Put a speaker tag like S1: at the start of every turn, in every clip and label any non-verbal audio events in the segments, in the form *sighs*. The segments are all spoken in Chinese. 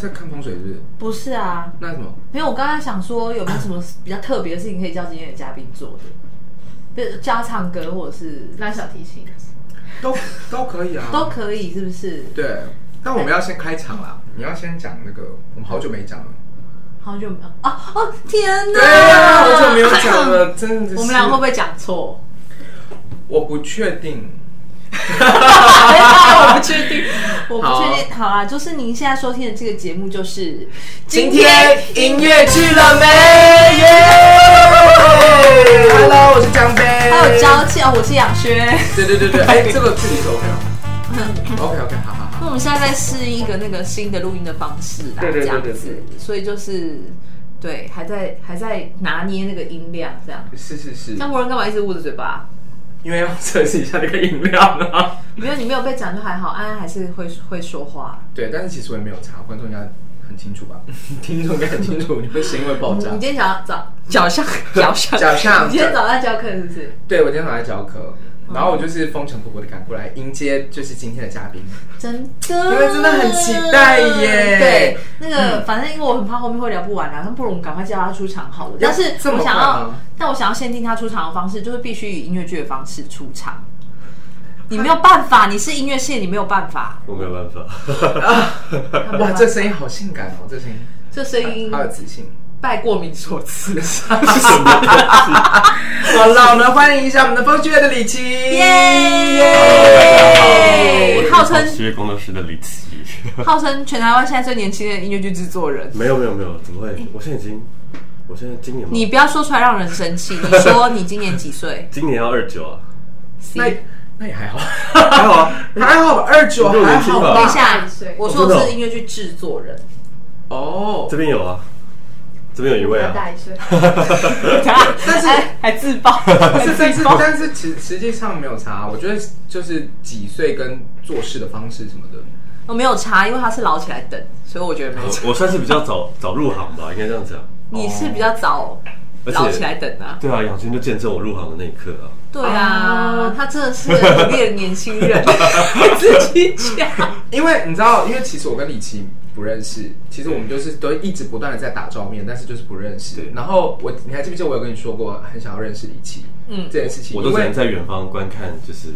S1: 在看风水是不是？
S2: 不是啊，
S1: 那什么？
S2: 没有，我刚刚想说有没有
S1: *coughs*
S2: 什么比较特别的事情可以叫今天的嘉宾做的，比如教唱歌或者是
S3: 拉小提琴，
S1: 都都可以啊，
S2: 都可以，是不是？
S1: 对。但我们要先开场啦，你要先讲那个，我们好久没讲了。
S2: 好久没有啊！哦天哪，
S1: 对啊，好久没有讲 *laughs* 了，真的是。
S2: *laughs* 我们俩会不会讲错？
S1: 我不确定。
S2: 我不确定，我不
S1: 好
S2: 确定。好啊，就是您现在收听的这个节目就是
S1: 今天音乐剧了没？耶！Hello，我是江杯。
S2: 还有娇气哦，我是养轩。 *laughs*
S1: 对对对对，哎，这个距离是 OK 吗？OK OK，好好好。
S2: 那我们现在在试一个那个新的录音的方式啦，
S1: 对对对
S2: 这样
S1: 对对
S2: 子，所以就是对，还在还在拿捏那个音量这样。
S1: 是是是，
S2: 张国人干嘛一直捂着嘴巴？
S1: 因为要测试一下那个音量啊。
S2: 没有，你没有被讲就还好，安安还是会会说话。
S1: 对，但是其实我也没有查，观众应该很清楚 *laughs* 吧？听众应该很清楚，你会声音会爆
S2: 你
S1: 炸
S2: 今。天早早脚上脚上
S1: 脚上
S2: 你今天早上教课是不是？
S1: 对，我今天早上来教课，然后我就是风尘仆仆的赶过来迎接，就是今天的嘉宾。
S2: 真的，
S1: 因为真的很期待耶
S2: 对，那个、反正因为我很怕后面会聊不完啦，啊那不如我们赶快叫他出场好了。但是
S1: 这么
S2: 我想
S1: 快
S2: 要
S1: 吗，
S2: 但我想要限定他出场的方式，就是必须以音乐剧的方式出场。你没有办法，你是音乐系，你没有办法。
S4: 我没有办法，
S1: 哇，这声音好性感哦，这声音，
S2: 这声音
S1: 好有自信。
S2: 拜过敏所赐。
S1: *laughs* 好了，我们欢迎一下我们的风趣乐的李琦。
S2: 耶！
S4: 我
S2: 号
S4: 是
S2: 称
S4: 喜悦工作室的李琦。
S2: 号称全台湾现在最年轻的音乐剧制作人。
S4: *laughs* 没有没有没有，怎么会？我现在已经，我现在今年吗
S2: 你不要说出来让人生
S4: *laughs*
S2: 气。你说你今年几 *laughs* 岁
S4: 今年要二九啊，
S1: 那那也还好， *laughs*
S4: 还好啊，
S1: 还好吧，二九
S4: 你比我
S1: 还
S4: 年轻
S1: 好
S4: 吧
S2: 等一
S1: 吧？
S2: 下
S3: 二十岁，
S2: 我说的是音乐剧制作人。
S1: 哦，
S4: 这边有啊，这边有一位
S3: 比我大
S4: 啊，
S3: 一岁。
S2: *laughs* 但是还自爆， *laughs*
S1: 但是但
S2: 还
S1: 是
S2: 自爆。
S1: 但是其实际上没有差，我觉得就是几岁跟做事的方式什么的。
S2: 我没有查，因为他是老起来等，所以我觉得没有差。
S4: 我我算是比较早早入行吧，应该这样讲。
S2: 你是比较早
S4: 而且
S2: 老起来等啊？
S4: 对啊，养军就见证我入行的那一刻啊。
S2: 对啊，他真的是很练年轻
S4: *laughs*
S2: 人，自己讲。
S1: 因为你知道，因为其实我跟李琦不认识，其实我们就是都一直不断的在打照面，但是就是不认识
S4: 对。
S1: 然后我，你还记不记得我有跟你说过，很想要认识李琦，嗯，这件事情，
S4: 我都
S1: 因
S4: 只
S1: 为
S4: 能在远方观看，就是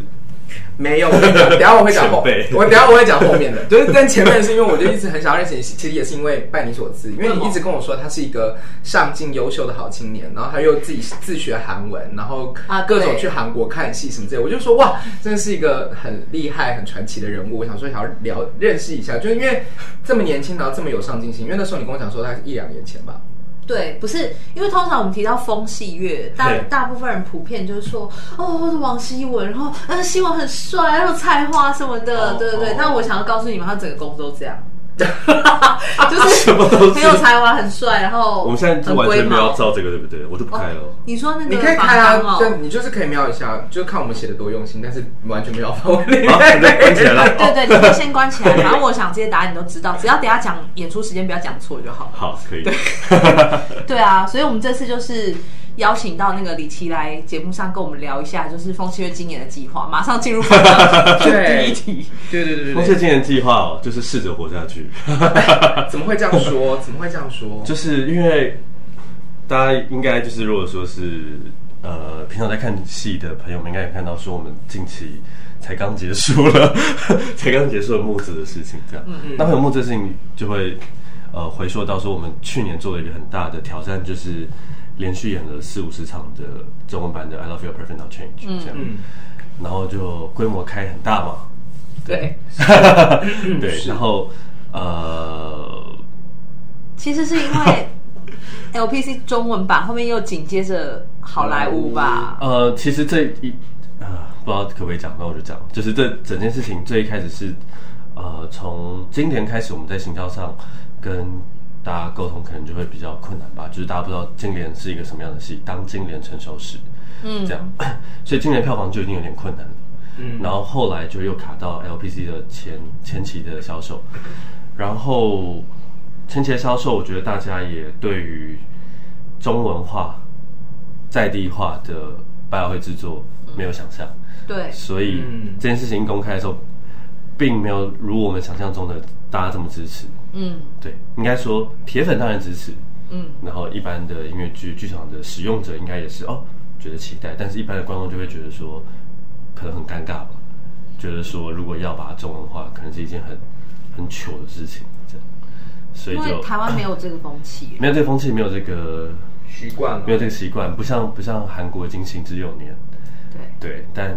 S1: 没有，我跟你
S4: *laughs*
S1: 讲等一下我会讲后，
S4: 前辈
S1: 我等一下我会讲后面的，就是但前面是因为我就一直很想要认识你， *laughs* 其实也是因为拜你所赐，因为你一直跟我说他是一个上进优秀的好青年，然后他又自己自学韩文，然后
S2: 啊
S1: 各
S2: 对
S1: 种去韩国看戏什么之类，我就说哇，真的是一个很厉害、很传奇的人物，我想说想要聊认识一下，就是因为这么年轻，然后这么有上进心，因为那时候你跟我讲说他是一两年前吧，
S2: 对，不是因为通常我们提到风戏乐，大
S4: 对
S2: 大部分人普遍就是说，哦，王希文，然后呃，希文很帅，还有才华什么的，
S1: 哦
S2: 对对对。
S1: 哦
S2: 但我想要告诉你们，他整个工作都
S4: *laughs*
S2: 这样，就是
S4: 什么东西
S2: 很有才华，很帅，然后
S4: 我们现在就
S2: 哦很
S4: 完
S2: 龟
S4: 全没有要
S2: 毛。
S4: 照这个，对不对？我就不开了哦。
S2: 你说那
S1: 你
S2: 个
S1: 可以
S2: 房
S1: 看
S2: 东
S1: 啊
S2: 哦，
S1: 但你就是可以瞄一下，就看我们写的多用心，但是完全没有放
S4: *laughs*
S1: 我里面
S4: *laughs*
S2: *laughs*
S4: 好，那关起来了。 *laughs* 哦
S2: 对对，你可以先关起来。反正我想这些答案你都知道，只要等一下讲演出时间不要讲错就好了。
S4: 好，可以。
S2: 对啊，所以我们这次就是邀请到那个李琦来节目上跟我们聊一下，就是风七月今年的计划。马上进入
S4: *laughs*
S2: 第一
S1: 对
S2: 题，
S1: 对对对对
S4: 风雀今年计划哦，就是试着活下去。
S1: 怎么会这样
S4: *laughs*
S1: 说？怎么会这样说？
S4: 就是因为大家应该就是如果说是呃平常在看戏的朋友们，应该也看到说我们近期才刚结束了， *laughs* 才刚结束了木子的事情，这样。
S1: 嗯
S4: 那朋友木子的事情就会呃回溯到说我们去年做了一个很大的挑战，就是连续演了四五十场的中文版的《I Love You Perfect No Change》这样，
S1: 嗯
S4: 然后就规模开很大
S1: *laughs*
S4: 嘛，
S2: 对，
S4: 对，
S1: 是
S4: 然后呃。
S2: 其实是因为 LPC 中文版后面又紧接着好莱坞吧。
S4: 呃，其实这一呃，不知道可不可以讲，那我就讲，就是这整件事情最一开始是呃，从今年开始我们在行销上跟大家沟通可能就会比较困难吧，就是大家不知道金莲是一个什么样的戏，当金莲成熟时，嗯，这样， *coughs* 所以今年票房就已经有点困难了。
S1: 嗯
S4: 然后后来就又卡到 LPC 的前前期的销售，然后前期的销售，我觉得大家也对于中文化、在地化的百老汇制作没有想象，
S2: 对，
S4: 所以
S1: 嗯
S4: 这件事情公开的时候，并没有如我们想象中的大家这么支持。
S2: 嗯
S4: 对，应该说铁粉当然支持，
S2: 嗯，
S4: 然后一般的音乐剧剧场的使用者应该也是哦，觉得期待，但是一般的观众就会觉得说，可能很尴尬吧，觉得说如果要把它中文化，可能是一件很很糗的事情，这样，所以
S2: 因为
S4: 就嗯
S2: 台湾没有这个风气。
S4: 没有这个风气，没有这个
S1: 习惯了
S4: 没有这个习惯，不像不像韩国金星之幼年，
S2: 对，
S4: 对，但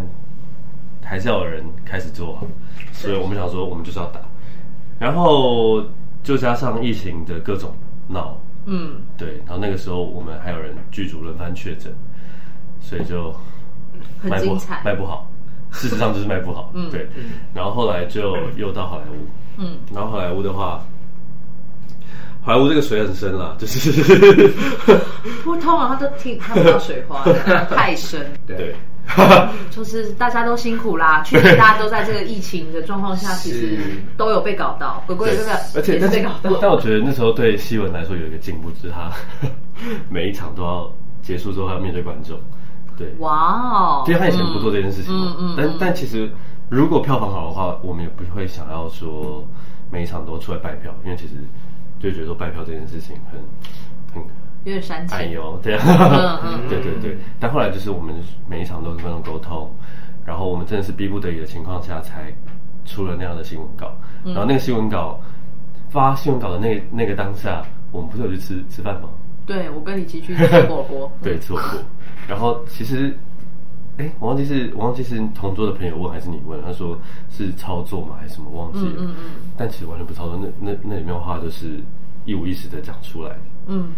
S4: 还是要有人开始做啊，所以我们想说，我们就是要打，然后就加上疫情的各种闹，
S2: 嗯，
S4: 对，然后那个时候我们还有人剧组轮番确诊，所以就
S2: 很
S4: 卖不
S2: 精彩
S4: 卖不好，事实上就是卖
S2: *laughs*
S4: 不好，对，然后后来就又到好莱坞，
S2: 嗯，
S4: 然后好莱坞的话。好莱坞这个水很深了，就是 *laughs*
S2: 不通常他都听看不到水 *laughs* 花的，太深。
S4: 对，
S2: 就是大家都辛苦啦，去年大家都在这个疫情的状
S4: *laughs*
S2: 况下，其实
S1: 是
S2: 都有被搞到，鬼鬼也被搞，
S4: 而且
S2: *laughs* 也是
S4: 但
S2: 被
S4: 是
S2: 搞
S4: 我
S2: 到。
S4: 但我觉得那时候对希文来说有一个进步，就是他 *laughs* 每一场都要结束之后还要面对观众，对，
S2: 哇哦！
S4: 因为他以前不做这件事情嘛，
S2: 嗯嗯嗯
S4: 但但其实如果票房好的话，我们也不会想要说每一场都出来拜票，因为其实就觉得说拜票这件事情很很
S2: 嗯有点煽
S4: 哎
S2: 情，
S4: 呦，对啊，
S2: 嗯
S4: *laughs*
S2: 嗯
S4: 对对对。但后来就是我们每一场都跟观众沟通，然后我们真的是逼不得已的情况下才出了那样的新闻稿。
S2: 嗯
S4: 然后那个新闻稿发新闻稿的那那个当下，我们不是有去吃吃饭吗？，
S2: 对我跟李琦去吃火
S1: *laughs*
S2: 锅
S4: 对，吃火锅。然后其实，哎，我忘记是我忘记是同桌的朋友问还是你问，他说是操作吗还是什么，忘记了。
S2: 嗯嗯嗯
S4: 但其实完全不操作，那那那里面的话就是一五一十的讲出来。
S2: 嗯，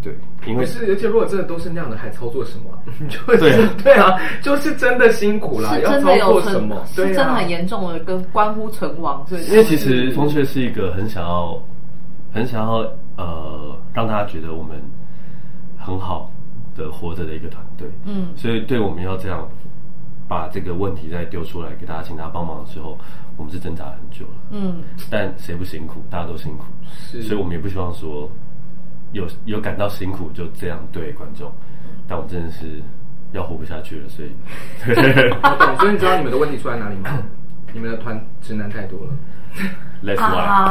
S4: 对，因为
S1: 可是，而且如果真的都是那样的，还操作什
S4: *laughs*
S1: 么啊、就是
S4: 对
S1: 对啊，就是真的辛苦啦，
S2: 是
S1: 要
S2: 真
S1: 操
S2: 的有
S1: 作什么
S2: 很，？是
S1: 对
S2: 真
S1: 啊，
S2: 的很严重的，跟关乎存亡，所以
S4: 因为其实风雀是一个很想要、很想要呃让大家觉得我们很好的活着的一个团队，
S2: 嗯
S4: 所以对我们要这样把这个问题再丢出来给大家，请大家帮忙的时候，我们是挣扎很久了。
S2: 嗯
S4: 但谁不辛苦？大家都辛苦，
S1: 是
S4: 所以我们也不希望说有有感到辛苦就这样对观众，但我真的是要活不下去了，所以
S1: 我懂。哦所以你知道你们的问题出在哪里
S2: *laughs*
S1: 吗？你们的团直男太多了。
S4: Let's why、
S2: 啊，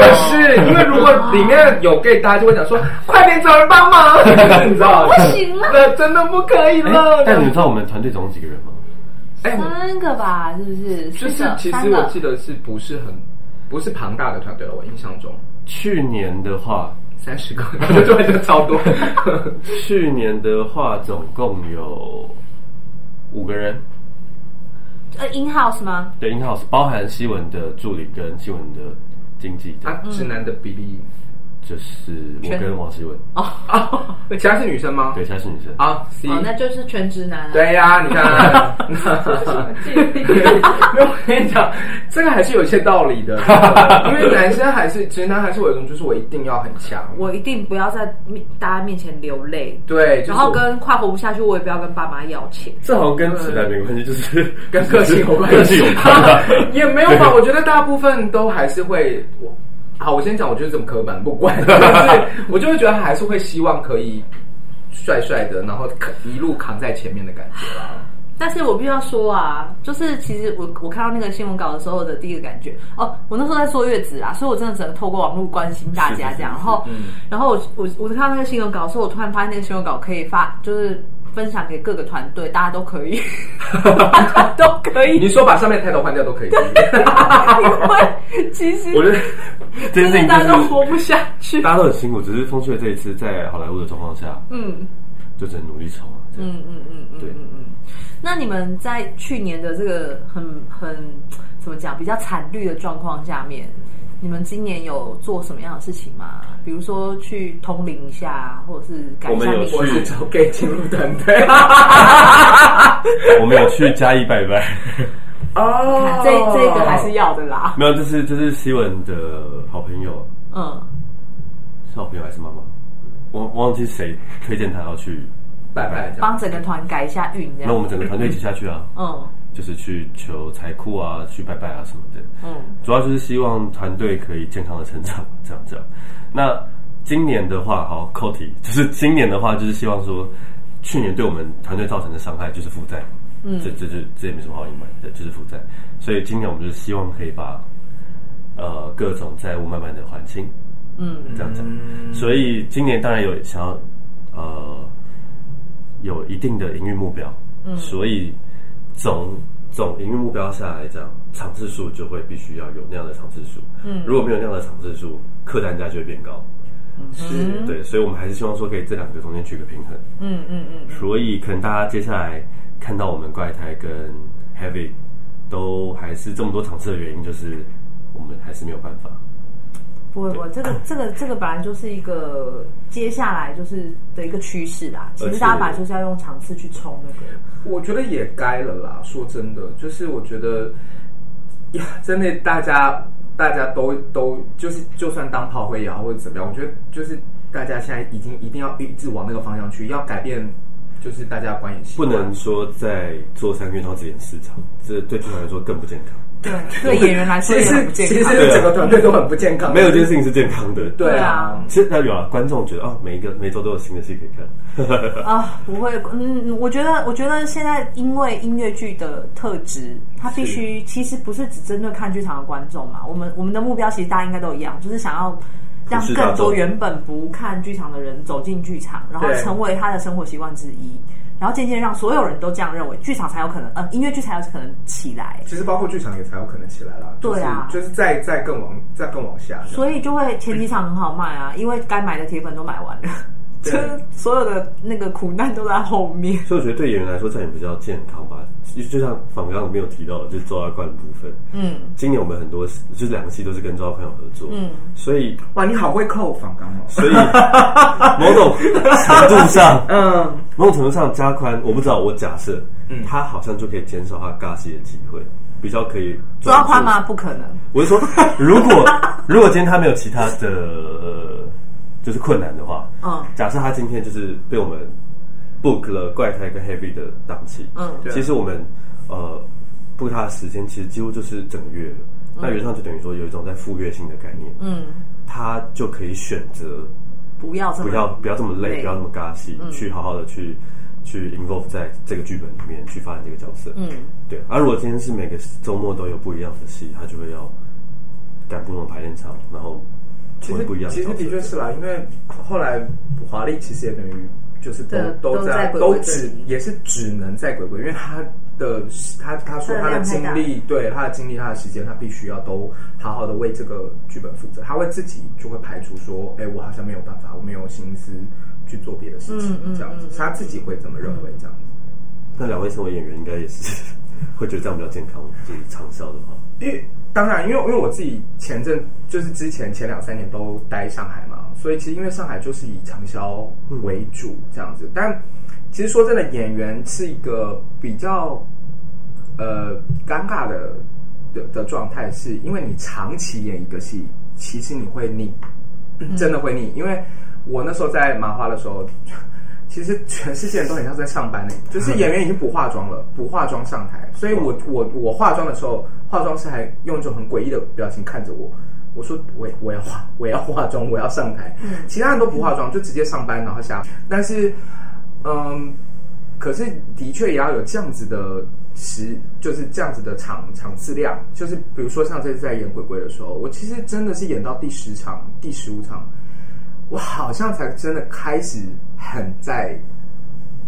S1: 不是，因为如果里面有 gay，大家就会讲说，快点找人帮
S2: *laughs*
S1: 忙，你知道吗？
S2: 不行了
S1: 对，真的不可以了
S4: 诶。哎但你知道我们团队总共几个人吗？
S1: *laughs* 哎，我
S2: 三个吧，是不是？
S1: 就
S2: 四
S1: 是
S2: 个
S1: 其
S2: 三
S1: 实我
S2: 个
S1: 记得是不是很不是庞大的团队了，我印象中
S4: 去年的话，
S1: 三十个，就会觉得超多。 *laughs*
S4: 去年的话总共有五个人，
S2: 呃，in house 吗？
S4: 对，in house 包含西文的助理跟西文的经纪
S1: 啊
S4: 的，，
S1: 直男的比例
S2: 嗯
S4: 就是我
S2: 全
S4: 跟王希文，
S1: 啊，其他是女生吗？
S4: 对，她是女生。
S1: 啊，C，
S2: 哦，那就是全直男啊。
S1: 对呀、你
S2: *laughs*
S1: 看，没有，我跟你讲，这个还是有一些道理
S2: *laughs*
S1: 的，因为男生还是直男还是有一种，就是我一定要很强，
S2: 我一定不要在面大家面前流泪，
S1: 对，就是
S2: 然
S1: 我
S2: 后跟快活不下去，我也不要跟爸妈要钱。
S4: 这好像跟直男没关系，就是
S1: 跟个性有关
S4: *laughs*
S1: 系，
S4: 个性有关啊吧
S1: *laughs* 也没有吧？我觉得大部分都还是会。我好，我先讲，我就是这么刻板，不
S4: *laughs*
S1: 管，就是我就会觉得还是会希望可以帅帅的，然后扛一路扛在前面的感觉啊啦。
S2: 但是我必须要说啊，就是其实我我看到那个新闻稿的时候的第一个感觉，哦，我那时候在坐月子啊，所以我真的只能透过网络关心大家这样。
S4: 是是是嗯
S2: 然后，然后我我我看到那个新闻稿的时候，我突然发现那个新闻稿可以发，就是分享给各个团队，大家都可
S4: *laughs*
S2: 以，大家都可以，
S1: 你说把上面的抬头换掉都可以，
S2: 因为其实
S4: 我觉得这件事
S2: 真的
S4: 情就
S2: 大家都
S4: 是
S2: 活不下去。
S4: 大家都很辛苦，只是风趣的这一次在好莱坞的状况下，
S2: 嗯
S4: 就只能努力冲了。这样
S2: 嗯嗯嗯嗯
S4: 对
S2: 嗯嗯。那你们在去年的这个很很怎么讲比较惨绿的状况下面，你们今年有做什么样的事情吗？比如说去通灵一下，或者是改一下
S4: 我们有
S2: 命
S4: 去
S1: 我是走 gay 进入团
S2: *laughs*
S1: 队
S4: 我们有去嘉义拜拜， *laughs*
S1: 哦
S2: 这这个还是要的啦。
S4: 没有，这是这是希文的好朋友，
S2: 嗯，
S4: 是好朋友还是妈妈？我我忘记谁推荐他要去
S1: 拜拜这样
S2: 帮整个团改一下运这
S4: 那我
S2: 样。
S4: 们整个团队一起下去啊，
S2: 嗯
S4: 就是去求财库啊，去拜拜啊什么的。
S2: 嗯
S4: 主要就是希望团队可以健康的成长，这样这样。那今年的话，好扣题，就是今年的话，就是希望说，去年对我们团队造成的伤害就是负债，嗯，这这这这也没什么好隐瞒的，就是负债。所以今年我们就是希望可以把呃各种债务慢慢的还清，
S2: 嗯
S4: 这样讲。
S1: 嗯
S4: 所以今年当然有想要呃有一定的营运目标，
S2: 嗯
S4: 所以总总营运目标下来讲，场次数就会必须要有那样的场次数。
S2: 嗯
S4: 如果没有那样的场次数，客单价就会变高。
S1: 是
S4: 对，所以我们还是希望说可以这两个中间取个平衡。
S2: 嗯嗯嗯，
S4: 所以可能大家接下来看到我们怪胎跟 Heavy 都还是这么多场次的原因，就是我们还是没有办法。
S2: 不会不会，这个这个这个本来就是一个接下来就是的一个趋势啦。其
S4: 而
S2: 实
S4: 且
S2: 大家本来就是要用场次去冲那个，
S1: 我觉得也该了啦。说真的，就是我觉得 *laughs* 呀，真的大家大家都都就是，就算当炮灰也好，或者怎么样，我觉得就是大家现在已经一定要一直往那个方向去，要改变就是大家的观影习
S4: 不
S1: 惯。
S4: 能说在做三个月然后只演四场，这对剧团来说更不健康。
S2: 对对演员来说
S1: 其
S2: 也很
S1: 实
S2: 不
S1: 其
S2: 健
S1: 实
S2: 康。
S1: 整个团队都很不健康，
S4: 啊没有一件事情是健康的。
S1: 对
S2: 对啊
S1: 啊。
S4: 其实那有啊，观众觉得哦，每一个每周都有新的戏可以看。
S2: 啊，不会，嗯，我觉得，我觉得现在因为音乐剧的特质，它必须其实不是只针对看剧场的观众嘛。我们我们的目标其实大家应该都一样，就是想要让
S4: 普世大
S2: 更
S4: 众
S2: 多原本不看剧场的人走进剧场，然后
S1: 对
S2: 成为他的生活习惯之一，然后渐渐让所有人都这样认为，剧场才有可能，呃，音乐剧才有可能起来。
S1: 其实包括剧场也才有可能起来啦，
S2: 对啊
S1: 就是就是再再更往再更往下这样，
S2: 所以就会前几场很好卖啊，因为该买的铁粉都买完了，就
S1: 对
S2: 是所有的那个苦难都在后面。
S4: 所以我觉得对演员来说，这样也比较健康吧。就就像仿刚刚我们有提到的，就是周二冠的部分。
S2: 嗯
S4: 今年我们很多就是两个戏都是跟周二朋友合作，
S2: 嗯，
S4: 所以
S1: 哇，你好会扣仿钢哦，
S4: 所以某种程度
S2: *laughs*
S4: 上，
S1: 嗯，
S4: 某种程度上加宽，我不知道，我假设，
S2: 嗯
S4: 他好像就可以减少他尬戏的机会，比较可以
S2: 主要宽吗？？不可能。
S4: 我是说， *laughs* 如果如果今天他没有其他的呃就是困难的话，
S2: 嗯
S4: 假设他今天就是被我们 book 了怪胎跟 heavy 的档期，
S2: 嗯
S1: 对啊
S4: 其实我们呃 book 他的时间其实几乎就是整个月了，那原上就等于说有一种在赴约性的概念，
S2: 嗯，
S4: 他就可以选择
S2: 不要这么
S4: 不要不要这么累，
S2: 累嗯
S4: 不要这么尬戏，去好好的去去 involve 在这个剧本里面去发展这个角色，
S2: 嗯，
S4: 对。而、如果今天是每个周末都有不一样的戏，他就会要赶不同的排练场，然后
S1: 其
S4: 会
S1: 实
S4: 不一样
S1: 其实
S4: 角色
S1: 的确是啦，因为后来华丽其实也等于就是都
S2: 对
S1: 都
S2: 都在
S1: 在
S2: 鬼
S1: 都
S2: 鬼这
S1: 只
S2: 里
S1: 也是只能在鬼鬼，因为他的他他说他的精力，对他的精力他的时间，他必须要都好好的为这个剧本负责，他会自己就会排除说，哎，我好像没有办法，我没有心思去做别的事情，
S2: 嗯嗯
S1: 这样子，
S2: 嗯
S1: 是他自己会这么认为这样子。
S4: 那两位身为演员，应该也是 *laughs* 会觉得这样比较健康，就是长效的话。
S1: 因为当然，因为因为我自己前阵就是之前前两三年都待上海嘛，所以其实因为上海就是以长销为主这样子。但其实说真的，演员是一个比较呃尴尬的的的状态，是因为你长期演一个戏，其实你会腻，嗯真的会腻。因为我那时候在麻花的时候。 *laughs* 其实全世界人都很像在上班呢，就是演员已经不化妆了，不化妆上台，所以我我我化妆的时候，化妆师还用一种很诡异的表情看着我，我说我我要化我要化妆，我要上台，其他人都不化妆，就直接上班然后下，但是嗯，可是的确也要有这样子的时，就是这样子的场场次量。就是比如说像这次在演鬼鬼的时候，我其实真的是演到第十场、第十五场，我好像才真的开始很在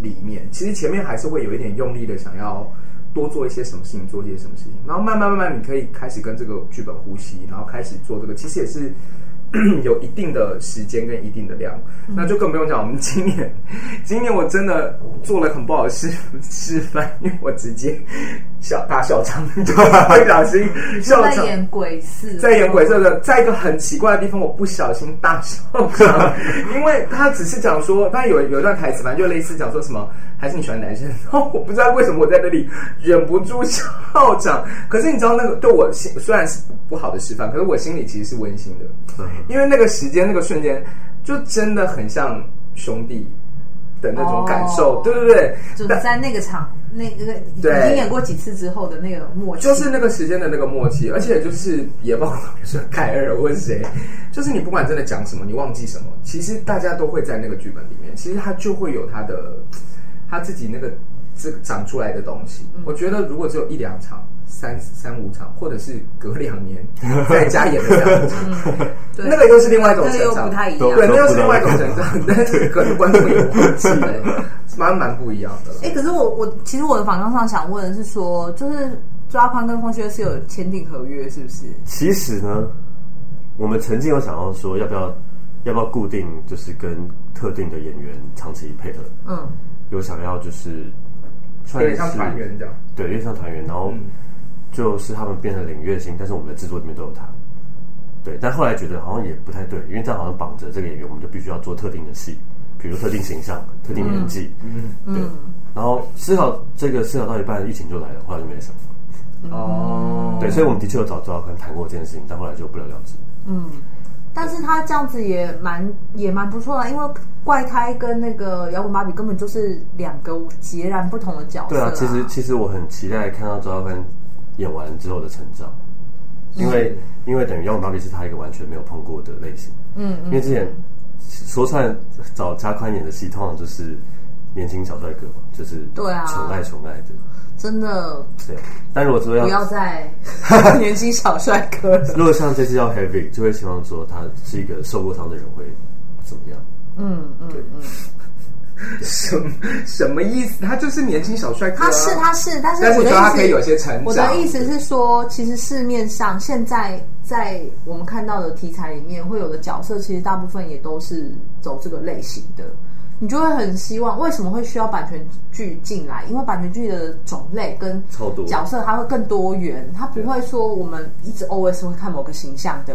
S1: 里面。其实前面还是会有一点用力的想要。多做一些什么事情，做一些什么事情，然后慢慢慢慢，你可以开始跟这个剧本呼吸，然后开始做这个，其实也是 *clears throat* 有一定的时间跟一定的量，那就更不用讲。我们今年， *laughs* 今年我真的做了很不好的示示范，因为我直接笑大笑场， *laughs* 不小心笑
S2: 在
S1: 场。
S2: 演鬼事，
S1: 在演鬼这的，在一个很奇怪的地方，我不小心大笑场，
S2: *laughs*
S1: 因为他只是讲说，他有有一段台词，反正就类似讲说什么，还是你喜欢男生，然后我不知道为什么我在那里忍不住笑场。可是你知道那个对我心虽然是不好的示范，可是我心里其实是温馨的，
S2: 嗯
S1: 因为那个时间那个瞬间，就真的很像兄弟的那种感受，
S2: 哦
S1: 对不对？
S2: 就是
S1: 但
S2: 在那个场，那个已经
S1: 对
S2: 演过几次之后的那个默契，
S1: 就是那个时间的那个默契，而且就是也包括比如说凯尔或是谁，就是你不管真的讲什么，你忘记什么，其实大家都会在那个剧本里面，其实他就会有他
S2: 嗯
S1: 的他自己那个这个长出来的东西。我觉得如果只有一两场，三三五场，或者是隔两年
S2: *laughs*
S1: 在家演的三五场，
S2: 嗯对
S1: 那个又是另外一种
S2: 那个
S1: 成
S2: 又
S1: 长，
S2: 不太一
S4: 都
S2: 样
S1: 对，。那又是另外一种成
S2: *laughs*
S1: 长，但是可能观众也忘记了，蛮蛮不一样的了。
S2: 哎、可是我我其实我的反纲上想问的是说，就是抓宽跟风靴是有签订合约，是不是？
S4: 其实呢，我们曾经有想要说，要不要要不要固定，就是跟特定的演员长期配合，
S2: 嗯，
S4: 有想要就是算
S1: 有点
S4: 是
S1: 像团员这样，
S4: 对，有点像团员，然后
S1: 嗯
S4: 就是他们变成领月薪，但是我们的制作里面都有他。对，但后来觉得好像也不太对，因为这样好像绑着这个演员，我们就必须要做特定的戏，比如特定形象、特定年纪，嗯，对。然后思考这个思考到一半，疫情就来了，后来就没想。
S2: 嗯
S1: 哦，
S4: 对，所以我们的确有找周耀坤谈过这件事情，但后来就不了了之。
S2: 但是他这样子也蛮也蛮不错的，啊因为怪胎跟那个摇滚芭比根本就是两个截然不同的角色、
S4: 对啊，其实其实我很期待看到周耀坤演完之后的成长，因为、因为等于摇滚芭比是他一个完全没有碰过的类型。
S2: 嗯，
S4: 因为之前说穿了找加宽演的戏，通常就是年轻小帅哥嘛，就是
S2: 对啊
S4: 宠爱宠爱的
S2: 真的
S4: 对。但如果说
S2: 不要
S4: 要
S1: *laughs*
S2: 再年轻小帅哥了。
S4: 如果像这次要 heavy，就会希望说他是一个受过伤的人会怎么样？
S2: 嗯嗯嗯，
S1: 什么什么意思？他就是年轻小帅哥啊，
S2: 他是他是，但是
S1: 但是
S2: 我
S1: 你
S2: 的
S1: 说他
S2: 意思
S1: 可以有些成长
S2: 我的意思是说，其实市面上现在在我们看到的题材里面，会有的角色，其实大部分也都是走这个类型的。你就会很希望，为什么会需要版权剧进来？因为版权剧的种类跟
S4: 超多
S2: 角色，它会更多元，它不会说我们一直 always 会看某个形象的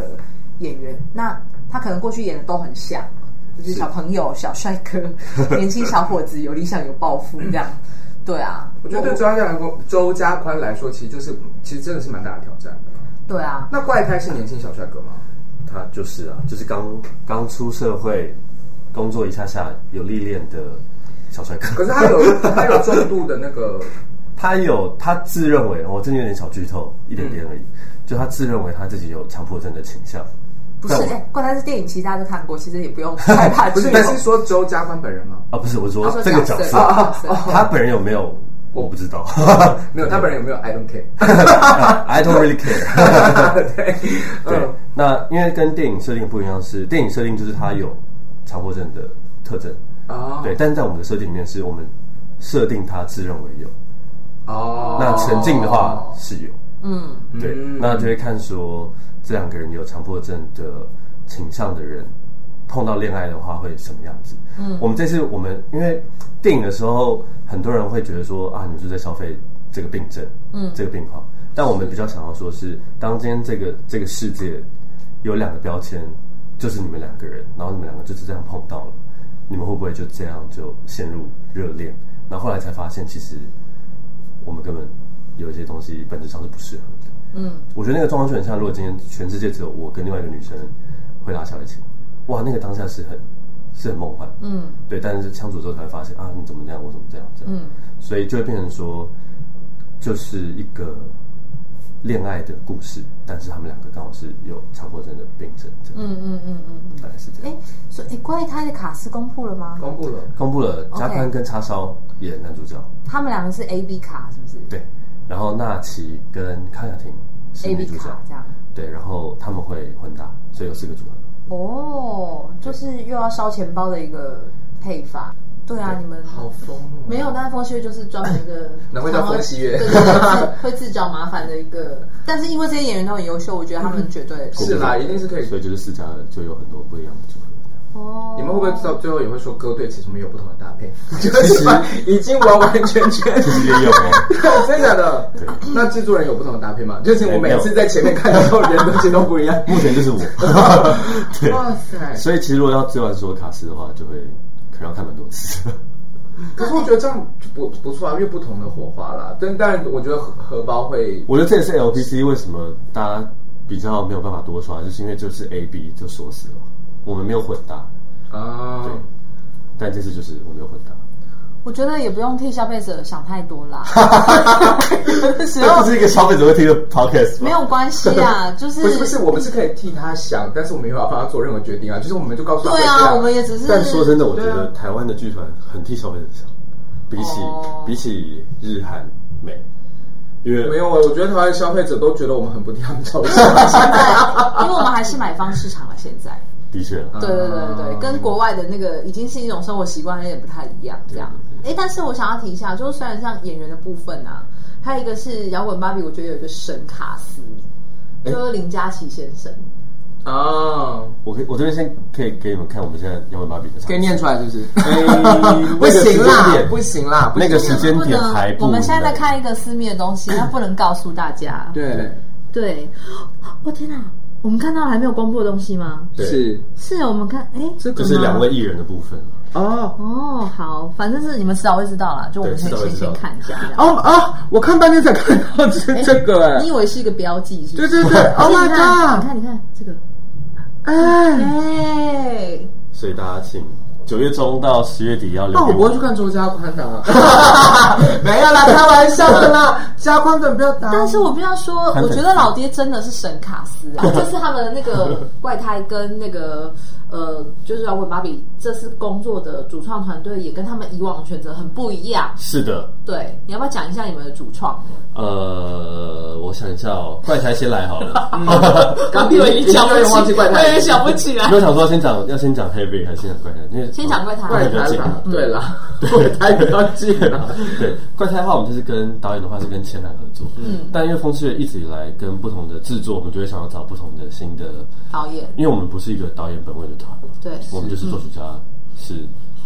S2: 演员，那他可能过去演的都很像，就是小朋友、小帅哥、年轻小伙子，有理想、有抱负
S4: *laughs*
S2: 这样。对啊，
S1: 我觉得对周家宽周家宽来说，其实就是其实真的是蛮大的挑战的。
S2: 对啊，
S1: 那怪胎是年轻小帅哥吗？
S4: 他就是啊，就是刚刚出社会工作一下下有历练的小帅
S1: 可
S4: 哥。
S1: 是他有他有重度的那 *laughs* 个，
S4: 他有他自认为，我、真的有点小剧透，一点点而已。
S2: 嗯
S4: 就他自认为他自己有强迫症的倾向，
S2: 不是
S4: 但，我
S2: 哎怪胎是电影，其实大家都看过，其实也不用害怕
S1: 不
S2: 剧
S1: 是
S2: 透。
S1: 你是说周家宽本人吗？
S4: 啊，不是我说
S2: 他说哦
S4: 这个角色，
S2: 角
S4: *laughs*
S2: 色
S4: 哦他本人有没有我不知道
S1: *laughs* 没有，
S4: *laughs*
S1: 他本人有没有 I don't care？
S4: ，I don't really care。
S1: *laughs* 对，
S4: 对
S1: 嗯，，
S4: 那因为跟电影设定不一样是，电影设定就是他有强迫症的特征，
S1: 哦，
S4: 对，但是在我们的设定里面是我们设定他自认为有，
S1: 哦，
S4: 那陈静的话是有，
S2: 嗯，
S4: 对，
S1: 嗯
S4: 那就会看说这两个人有强迫症的倾向的人，碰到恋爱的话会什么样子？嗯，我们这次我们因为电影的时候，很多人会觉得说啊，你是在消费这个病症，嗯，这个病况。但我们比较想要说是，当今天这个这个世界有两个标签，就是你们两个人，然后你们两个就是这样碰到了，你们会不会就这样就陷入热恋？然后后来才发现，其实我们根本有一些东西本质上是不适合的。我觉得那个状况就很像，如果今天全世界只有我跟另外一个女生会拉小提琴，哇，那个当下是很是很梦幻，嗯，对。但是相处之后才会发现啊，你怎么这样，我怎么这样，这样，嗯，所以就会变成说，就是一个恋爱的故事，但是他们两个刚好是有强迫症的病症，这样，嗯嗯嗯嗯，大概是这样。
S2: 哎，所以怪胎的卡斯公布了
S4: 哦
S2: 吗？
S1: 公布了，
S4: 公布了，加宽跟叉烧演男主角，
S2: 他们两个是 A B 卡，是不是
S4: 对，然后纳奇跟康雅婷是
S2: ？A B
S4: 女主角
S2: 卡，这样。
S4: 对，然后他们会混搭，所以有四个组合。
S2: 哦，就是又要烧钱包的一个配法。对啊，你们
S1: 好疯哦，，
S2: 没有，但是风穴就是专门一个
S1: *coughs* 难怪叫风西月
S2: 对对对，会自找麻烦的一个。但是因为这些演员都很优秀，我觉得他们绝对
S1: 是啦，一定是可以
S4: 所。以就是四家的就有很多不一样的组合。
S2: 哦
S1: 你们会不会到最后也会说歌队其实没有不同的搭 *laughs* 配？就是已经完完全 *laughs* 全
S4: 其实也有
S2: *laughs*
S4: 哦，
S1: *laughs* 真的假的？那制作人有不同的搭配吗？就是我每次在前面看到 *laughs* 人东西都不一样。
S4: 目前
S2: *laughs*
S4: 就是我。对，
S1: 哇塞！
S4: 所以其实如果要追完所有卡斯的话，就会可能要看蛮多次。
S1: 可是我觉得这样就不不错啊，因为不同的火花啦。但但我觉得荷荷包会
S4: 我觉得这也是 LPC 为什么大家比较没有办法多刷，就是因为就是 AB 就锁死了，我们没有混搭，
S1: 啊，
S4: 但这次就是我没有混搭。
S2: 我觉得也不用替消费者想太多啦，有的时
S4: 这
S2: 候
S4: 不是一个消费者会听的 podcast 吗？
S2: 没有关系
S1: *laughs*
S2: 啊，就是
S1: 不是不是，我们是可以替他想，但是我们没有办法帮他做任何决定啊。就是我们就告诉他，
S2: 对
S1: 这
S2: 啊，
S1: 样
S2: 我们也只是
S4: 但说真的，我觉
S1: 对
S4: 得
S1: 啊
S4: 台湾的剧团很替消费者想，比起、
S2: 哦
S4: 比起日韩美，因为
S1: 没有啊，我觉得台湾消费者都觉得我们很不替他们着想。
S2: 因为我们还是买方市场了，现在。
S4: 的确啊，
S2: 对对对对，对，跟国外的那个已经是一种生活习惯，有点不太一样这样。哎，但是我想要提一下，就是虽然像演员的部分啊，还有一个是摇滚芭比，我觉得有一个神卡斯，就是林嘉琪先生。
S1: 哦，
S4: 我可以我这边先可以给你们看我们现在摇滚芭比的场景，
S1: 可以念出来是不是？
S4: 哎
S1: 不行啦
S4: 那个时间，点
S1: 不行啦，
S4: 那个时间
S2: 不
S4: 点
S2: 能
S4: 还，不
S2: 我们现在在
S4: 能
S2: 看一个私密的东
S4: *coughs*
S2: 西，那不能告诉大家。
S1: 对
S2: 对，我天哪，我们看到还没有公布的东西吗？
S4: 对
S1: 是
S2: 是我们看，哎，
S1: 这个
S4: 就
S1: 吗
S4: 是两位艺人的部分了。
S1: 哦
S2: 哦，好，反正是你们迟早会知道啦，就我们
S4: 对
S2: 先
S4: 迟早会
S2: 先
S4: 知道
S2: 先看一下。这样
S1: 哦哦，我看半天才看 *laughs* 到这
S2: 诶
S1: 这个哎
S2: 你以，为是一个标记是不
S1: 对
S2: 是？
S1: 对对，Oh
S2: 你看，你
S1: my god，
S2: 看，你看这个，
S1: 哎。
S2: 哎，
S4: 所以大家请九月中到十月底要留。
S1: 那哦我不会去。看周家宽的、 *laughs* 啊，没有啦，开玩笑的 *laughs* 啦，家宽粉不要打。
S2: 但是我必须要说，
S4: 很
S2: 我
S4: 粉
S2: 觉
S4: 丝
S2: 得老爹真的是神卡斯啊，这是他们那个怪胎跟那个呃，就是摇滚芭比这次工作的主创团队也跟他们以往的选择很不一样。
S4: 是的，
S2: 对，你要不要讲一下你们的主创？
S4: 呃，我想一下哦，怪才先来好了。
S1: 刚以为你讲不起忘记怪胎
S2: 我也想不起来
S4: 因。为我想说先讲要先讲 Heavy 还是先讲怪胎？因为
S2: 先讲怪胎
S1: 怪
S4: 比较
S1: 胎
S4: 近。
S1: 吧，对啦，怪
S4: 对
S1: 胎比较近啦。
S4: 对，怪胎的话，我们就是跟导演的话是跟千岚合作，嗯，但因为风之月一直以来跟不同的制作，我们就会想要找不同的新的，
S2: 导演，
S4: 因为我们不是一个导演本位的团，
S2: 对，
S4: 我们就是作曲家是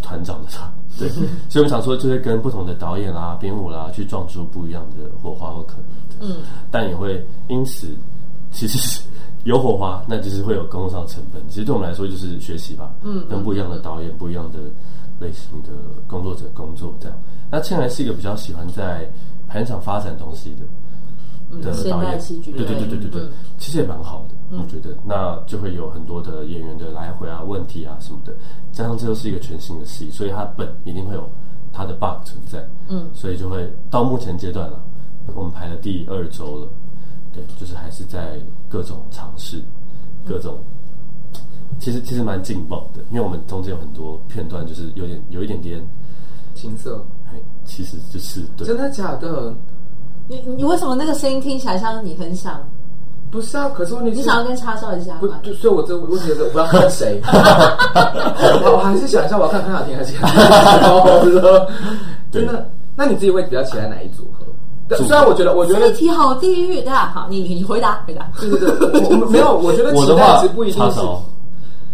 S4: 团长的团，对，所以我们想说就会跟不同的导演啦、编舞啦去撞出不一样的火花或可能，
S2: 嗯，
S4: 但也会因此其实是有火花， *laughs* 那就是会有沟通上的成本。其实对我们来说就是学习吧，嗯，跟不一样的导演、不一样的类型的工作者工作这样。那倩然是一个比较喜欢在排练场发展东西的，的
S2: 现
S4: 导
S2: 代
S4: 演，
S2: 戏剧
S4: 对对对对对对，其实也蛮好的，我觉得。那就会有很多的演员的来回啊、问题啊什么的，加上这又是一个全新的戏，所以它本一定会有它的 bug 存在，嗯，所以就会到目前阶段了，我们排了第二周了，对，就是还是在各种尝试，各种。其实其实蛮劲爆的，因为我们中间有很多片段，就是有点有一点点，
S1: *laughs* 情色，
S4: 哎，其实就是对，
S1: 真的假的？
S2: 你你为什么那个声音听起来像你很想，
S1: 不是啊，可是问题
S2: 你
S1: 是，
S2: 想要跟叉烧一下
S1: 不
S2: 吗？
S1: 对，所以我这问题是我要看 *laughs* 谁？我我还是想一下，我要看潘晓婷还是看 *laughs* 潘晓婷？真的？那你自己会比较喜欢哪一组合？但虽然我觉得，我觉
S2: 这
S1: 得
S2: 一题好地狱的，好，你你回答回答。
S1: 对对对，我 *laughs* 我没有，我觉得
S4: 我
S1: 期
S4: 的
S1: 待
S4: 话
S1: 值不一定
S4: 插
S1: 是
S4: 手哦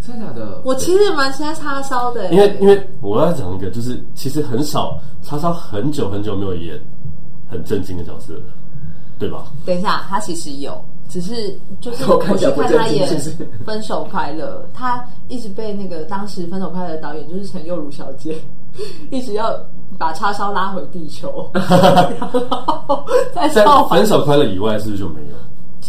S1: 真的假的。
S2: 我其实蛮期待叉烧的、欸
S4: 因为因为我要讲一个，就是其实很少，叉烧很久很久没有演很正经的角色了，对吧？
S2: 等一下，他其实有，只是就是
S1: 我
S2: 我
S1: 看起
S2: 去
S1: 来不
S2: 看
S1: 正
S2: 他
S1: 经
S2: 演
S1: 是不是
S2: 《分手快乐》，他一直被那个当时《分手快乐》的导演就是陈又如小姐， *laughs* 一直要把叉烧拉回
S1: *laughs*
S2: 地球，然后再
S4: 在
S2: 造反
S4: 分手快乐以外，是不是就没有？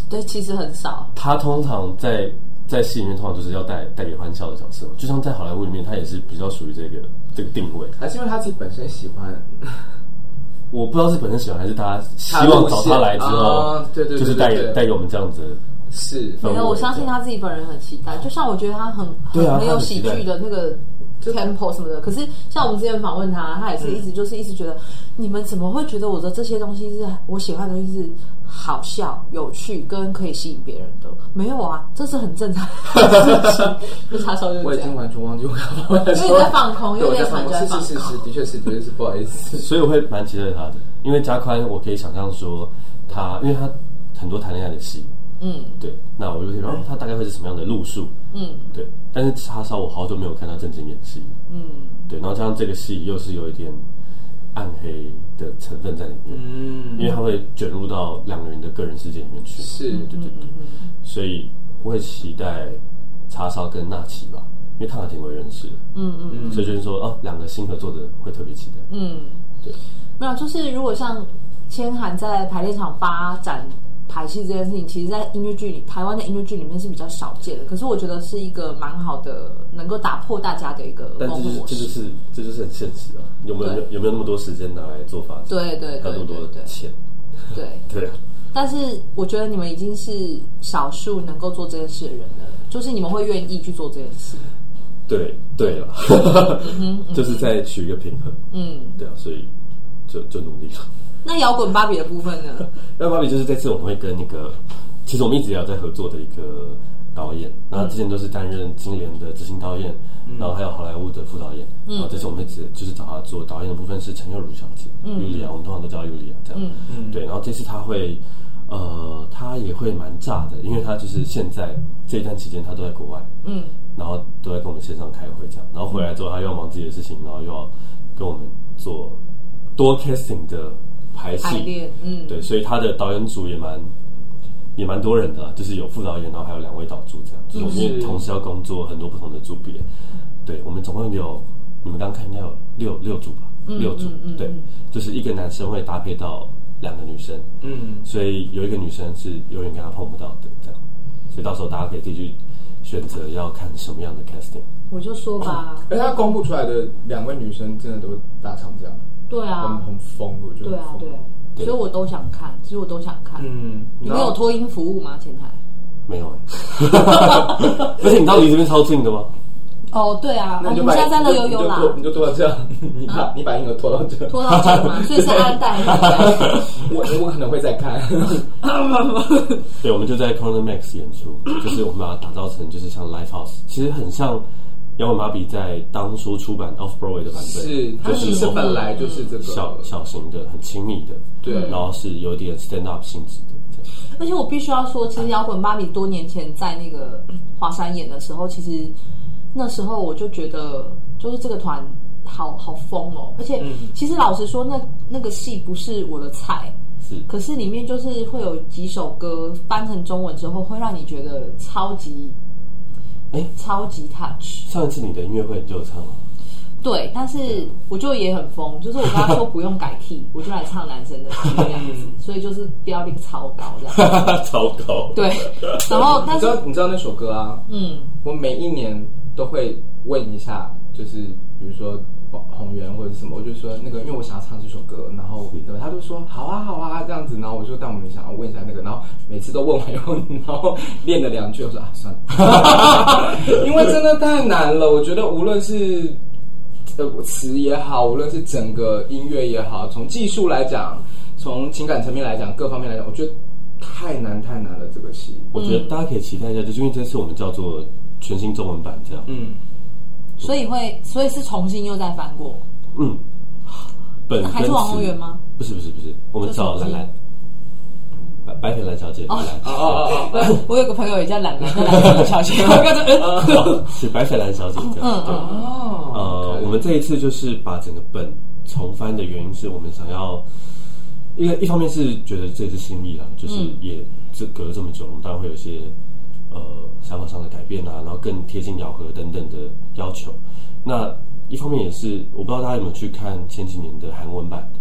S2: 对，其实很少。
S4: 他通常在在戏里面，通常就是要带带给欢笑的角色，就像在好莱坞里面，他也是比较属于这个这个定位。
S1: 还是因为他自己本身喜欢，
S4: 我不知道是本身喜欢还是大家希望找他来之后，
S1: 啊对对对
S4: 就是带
S1: 对对
S4: 带给我们这样子的
S1: 是
S4: 氛围。
S2: 没有，我相信
S4: 这样
S2: 他自己本人很期待。就像我觉得他很很
S4: 嗯对啊
S2: 很有
S4: 他很
S2: 喜
S4: 期待
S2: 剧的那个 tempo 什么的，可是像我们之前访问他，他也是一
S4: 嗯
S2: 直就是一直觉得，你们怎么会觉得我的这些东西是我喜欢的东西是好笑、有趣跟可以吸引别人的？没有啊，这是很正常的事
S4: *laughs*
S2: 情。就叉烧就
S1: 我
S2: 是
S1: 已
S2: 这样
S1: 经。完全忘记我刚刚问的
S2: 因
S1: 说
S2: 为你在放空
S1: 对，
S2: 因
S1: 我
S2: 为
S1: 在
S2: 在
S1: 放
S2: 放
S1: 空，
S2: 空
S1: 是是是是，的确是，的确是，不好意思。
S4: 所以我会蛮期待他的，因为加宽，我可以想象说他，因为他很多谈恋爱的戏，
S2: 嗯，
S4: 对，那我就可以说，哦他大概会是什么样的路数，
S2: 嗯，
S4: 对。但是叉烧，我好久没有看他正经演戏，嗯，对。然后加上这个戏又是有一点暗黑的成分在里面，
S1: 嗯，
S4: 因为他会卷入到两个人的个人世界里面去，
S1: 是
S2: 嗯
S4: 对对对，所以我会期待叉烧跟纳奇吧，因为他挺我也认识的，嗯嗯，所以就是说，哦，两个新合作的会特别期待，嗯，
S2: 没有，就是如果像千涵在排练场发展排戏这件事情，其实，在音乐剧里，台湾的音乐剧里面是比较少见的。可是，我觉得是一个蛮好的，能够打破大家的一个
S4: 但
S2: 工
S4: 这
S2: 作模
S4: 就是这
S2: 式。
S4: 就是这就是很现实啊，有没有
S2: 对
S4: 有没有那么多时间拿来做法？
S2: 对对对
S4: 还有那么
S2: 对
S4: 多
S2: 对
S4: 钱，
S2: 对，
S4: 对啊，
S2: 但是我觉得你们已经是少数能够做这件事的人了，就是你们会愿意去做这件事。
S4: 对对了， *laughs* 就是在取一个平衡，
S2: 嗯，
S4: 对啊，所以就就努力了，
S2: 那摇滚芭比的部分呢？
S4: 那芭比就是这次我们会跟那个，其实我们一直也有在合作的一个导演，然
S2: 嗯
S4: 后之前都是担任金莲的执行导演，然后还有好莱坞的副导演，
S2: 嗯
S4: 然后这次我们一直就是找他做导演的部分是陈又如小姐，
S2: 嗯
S4: 尤里亚，我们通常都叫她尤里亚这样，对，然后这次他会。呃，他也会蛮炸的，因为他就是现在这一段期间，他都在国外，嗯，然后都在跟我们线上开会这样，然后回来之后，他又要忙自己的事情，然后又要跟我们做多 casting 的排戏
S2: 排练嗯
S4: 对，所以他的导演组也蛮也蛮多人的，啊就是有副导演，然后还有两位导助这样，就是我们也同时要工作很多不同的组别，对，我们总共有你们刚刚看应该有六六组吧，六组，对，就是一个男生会搭配到两个女生，
S1: 嗯，
S4: 所以有一个女生是永远跟他碰不到的，这样，所以到时候大家可以自己去选择要看什么样的 casting。
S2: *laughs* 我就说吧，
S1: 而他公布出来的两位女生真的都大长这样，
S2: *coughs* 对
S1: 很
S2: 啊，
S1: 很疯，我觉得
S2: 对啊
S1: 很，疯
S2: 对，所以我都想看，其实我都想看。
S1: 嗯，
S2: 你
S1: 然
S2: 们
S1: 后
S2: 有脱音服务吗？前台？
S4: 没有哎、 *laughs* 而且你到离这边超近的吗？
S2: 哦，对啊，
S1: 那
S2: 我
S1: 你就
S2: 们
S1: 把
S2: 下三楼悠悠啦，啊
S1: 你就拖到这样， *laughs* 你把你把婴儿拖到这，
S2: 拖到这
S1: *laughs*
S2: 嘛，所以是安带还是
S1: 我我可能会再看，
S4: 对，我们就在 Corner Max 演出，就是我们把它打造成就是像 Live House，其实很像摇滚芭比在当初出版 Off Broadway 的版
S1: *laughs*
S4: 本，
S1: 是，他
S4: 就是
S1: 其实
S4: 我们
S1: 本
S2: 嗯
S1: 来就是这个
S4: 小小型的、很亲密的，
S1: 对
S4: 然后是有点 stand up 性质的。这样
S2: 而且我必须要说，其实摇滚芭比多年前在那个华山演的时候，其实那时候我就觉得，就是这个团好好疯哦。而且，
S1: 嗯
S2: 其实老实说，那那个戏不是我的菜，
S4: 是
S2: 可是里面就是会有几首歌翻成中文之后，会让你觉得超级，
S4: 哎
S2: 超级 touch。
S4: 上一次你的音乐会就有唱吗？
S2: 对，但是我就也很疯，就是我跟他说不用改替，我就来唱男生的戏这样子，所以就是标定超高这样。
S4: *laughs* 超高，
S2: 对，然后但
S1: 你知
S2: 是
S1: 道你知道那首歌啊？
S2: 嗯。
S1: 我每一年都会问一下，就是比如说红源或者是什么，我就说那个，因为我想要唱这首歌，然后他就说好啊好啊这样子，然后我就但我们想要问一下那个，然后每次都问完以后，然后练了两句，我说啊算了，因为真的太难了，我觉得无论是。呃，词也好，无论是整个音乐也好，从技术来讲，从情感层面来讲，各方面来讲，我觉得太难太难了。这个戏，
S4: 我觉得大家可以期待一下，就是因为这次我们叫做全新中文版这样，
S1: 嗯，
S2: 所以会，所以是重新又再翻过，
S4: 嗯，本
S2: 还
S4: 跟
S2: 是王宏
S4: 词
S2: 源吗？
S4: 不是不是不是，我们
S2: 就是
S4: 找
S2: 什
S4: 兰
S2: 么
S4: 兰，白白铁兰小姐，兰
S1: 哦哦哦，
S2: 我我有个朋友也叫懒懒，叫懒懒小姐，我跟着嗯
S4: 哦，是白铁兰小姐这样。对
S1: 哦
S4: 呃，我们这一次就是把整个本重翻的原因是我们想要，一个一方面是觉得这次新意啦，就是也这隔了这么久，我们当然会有一些呃想法上的改变啊，然后更贴近咬合等等的要求。那一方面也是，我不知道大家有没有去看前几年的韩文版，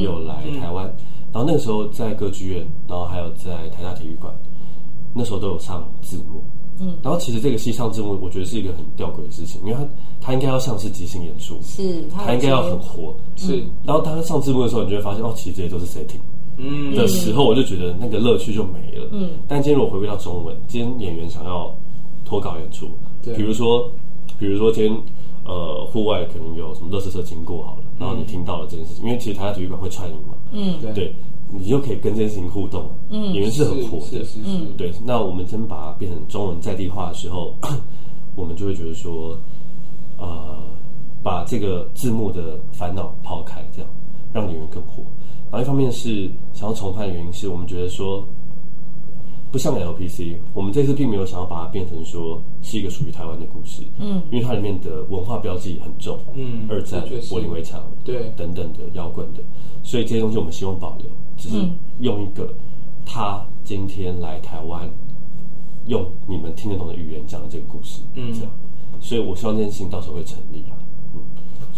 S4: 有来台湾，然后那个时候在歌剧院，然后还有在台大体育馆，那时候都有上字幕。嗯，然后其实这个戏上字幕，我觉得是一个很吊诡的事情，因为它它应该要像是即兴演出，
S2: 是他
S4: 它应该要很活。
S1: 是，
S4: 然后它上字幕的时候，你就会发现哦，其实这些都是 setting
S1: 嗯，
S4: 的时候，我就觉得那个乐趣就没了。嗯，但今天如果回归到中文，今天演员想要脱稿演出，
S1: 对
S4: 比如说，比如说今天呃户外可能有什么乐色车经过好了，然后你听到了这件事情，因为其实台下体育馆会串音嘛，
S2: 嗯
S1: 对
S4: 对，你就可以跟这件事情互动。嗯，演员是很活的，
S1: 是
S4: 嗯
S1: 是是，
S4: 对，那我们真把它变成中文在地化的时候，我们就会觉得说，呃，把这个字幕的烦恼抛开，这样让演员更火。然后一方面是想要重拍的原因是我们觉得说，不像 LPC，我们这次并没有想要把它变成说是一个属于台湾的故事，嗯，因为它里面的文化标记很重，
S1: 嗯
S4: 二战
S1: 的确、是
S4: 柏林围墙，
S1: 对
S4: 等等的摇滚的，所以这些东西我们希望保留，只是用一个他今天来台湾，用你们听得懂的语言讲的这个故事，
S1: 嗯
S4: 这样，所以我希望这件事情到时候会成立啊，嗯，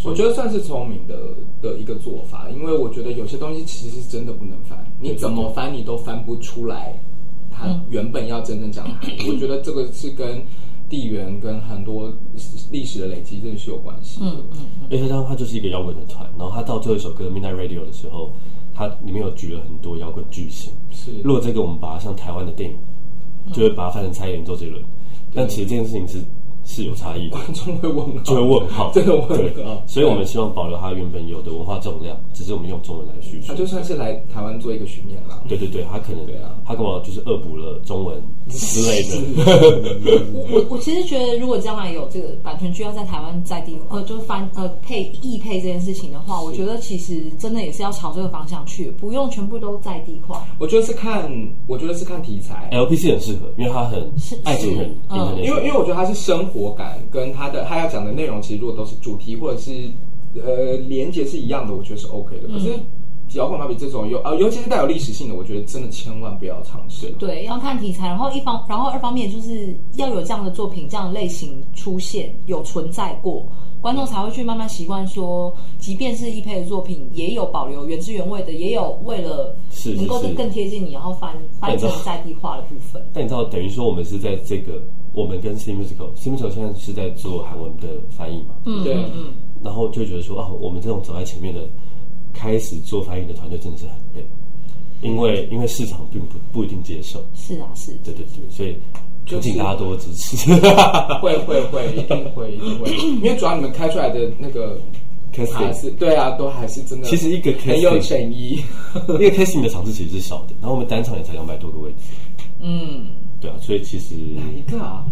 S1: 我觉得算是聪明的的一个做法，因为我觉得有些东西其实是真的不能翻，你怎么翻你都翻不出来，它
S4: 嗯
S1: 原本要真正讲的含义。我觉得这个是跟地缘跟很多历史的累积真的是有关系的。
S4: 嗯
S1: 嗯
S4: 而且当它就是一个摇滚的团，然后他到最后一首歌《Midnight Radio》的时候，它里面有举了很多摇滚巨星，
S1: 是， *laughs*
S4: 如果这个我们把它像台湾的电影，就会把它翻成蔡依林、周杰伦，但其实这件事情是是有差异的，
S1: 观众会问号，
S4: *laughs* 就会问
S1: *laughs*
S4: 号，
S1: 真的问
S4: 对
S1: 号。啊
S4: 所以我们希望保留它原本有的文化重量，只是我们用中文来叙述
S1: 他。就算是来台湾做一个巡演啦，
S4: 对对对，他可能
S1: 啊对啊
S4: 他跟我就是恶补了中文之类 *laughs* 的。
S2: 我我其实觉得，如果将来有这个版权剧要在台湾在地呃，就是翻呃配译配这件事情的话，我觉得其实真的也是要朝这个方向去，不用全部都在地化。
S1: 我觉得是看，我觉得是看题材，
S4: LPC 很适合，因为他很爱情人，
S2: 嗯
S4: international
S1: 因为因为我觉得它是生活感跟它的它要讲的内容，其实如果都是主题或者是呃连接是一样的，我觉得是 OK 的。可是摇滚芭比这种有啊、尤其是带有历史性的，我觉得真的千万不要尝试。
S2: 对，要看题材，然后一方，然后二方面就是要有这样的作品、这样的类型出现，有存在过，观众才会去慢慢习惯说，即便是易配的作品，也有保留原汁原味的，也有为了
S4: 是是
S2: 能够
S4: 是
S2: 更贴近你，然后翻翻成在地化的部分。
S4: 但你知道，等于说我们是在这个，我们跟 C Musical C Musical 现在是在做韩文的翻译嘛，
S2: 嗯
S1: 对
S2: 嗯嗯，
S4: 然后就觉得说，哦，我们这种走在前面的，开始做翻译的团队真的是很累，因为因为市场并不不一定接受，
S2: 是啊是。
S4: 对对对，所以
S1: 就
S4: 恳
S1: 是
S4: 请大家多支持。
S1: 会会会，一定会一 *laughs* 定会，因为主要你们开出来的那个
S4: Casting
S1: 还是对啊，都还是真的，
S4: 其实一个
S1: 很有
S4: casting，
S1: 诚意。
S4: *laughs* 因为 casting 的场次其实是少的，然后我们单场也才两百多个位置，
S5: 嗯，
S4: 对啊，所以其实
S1: *laughs* 哪一个啊？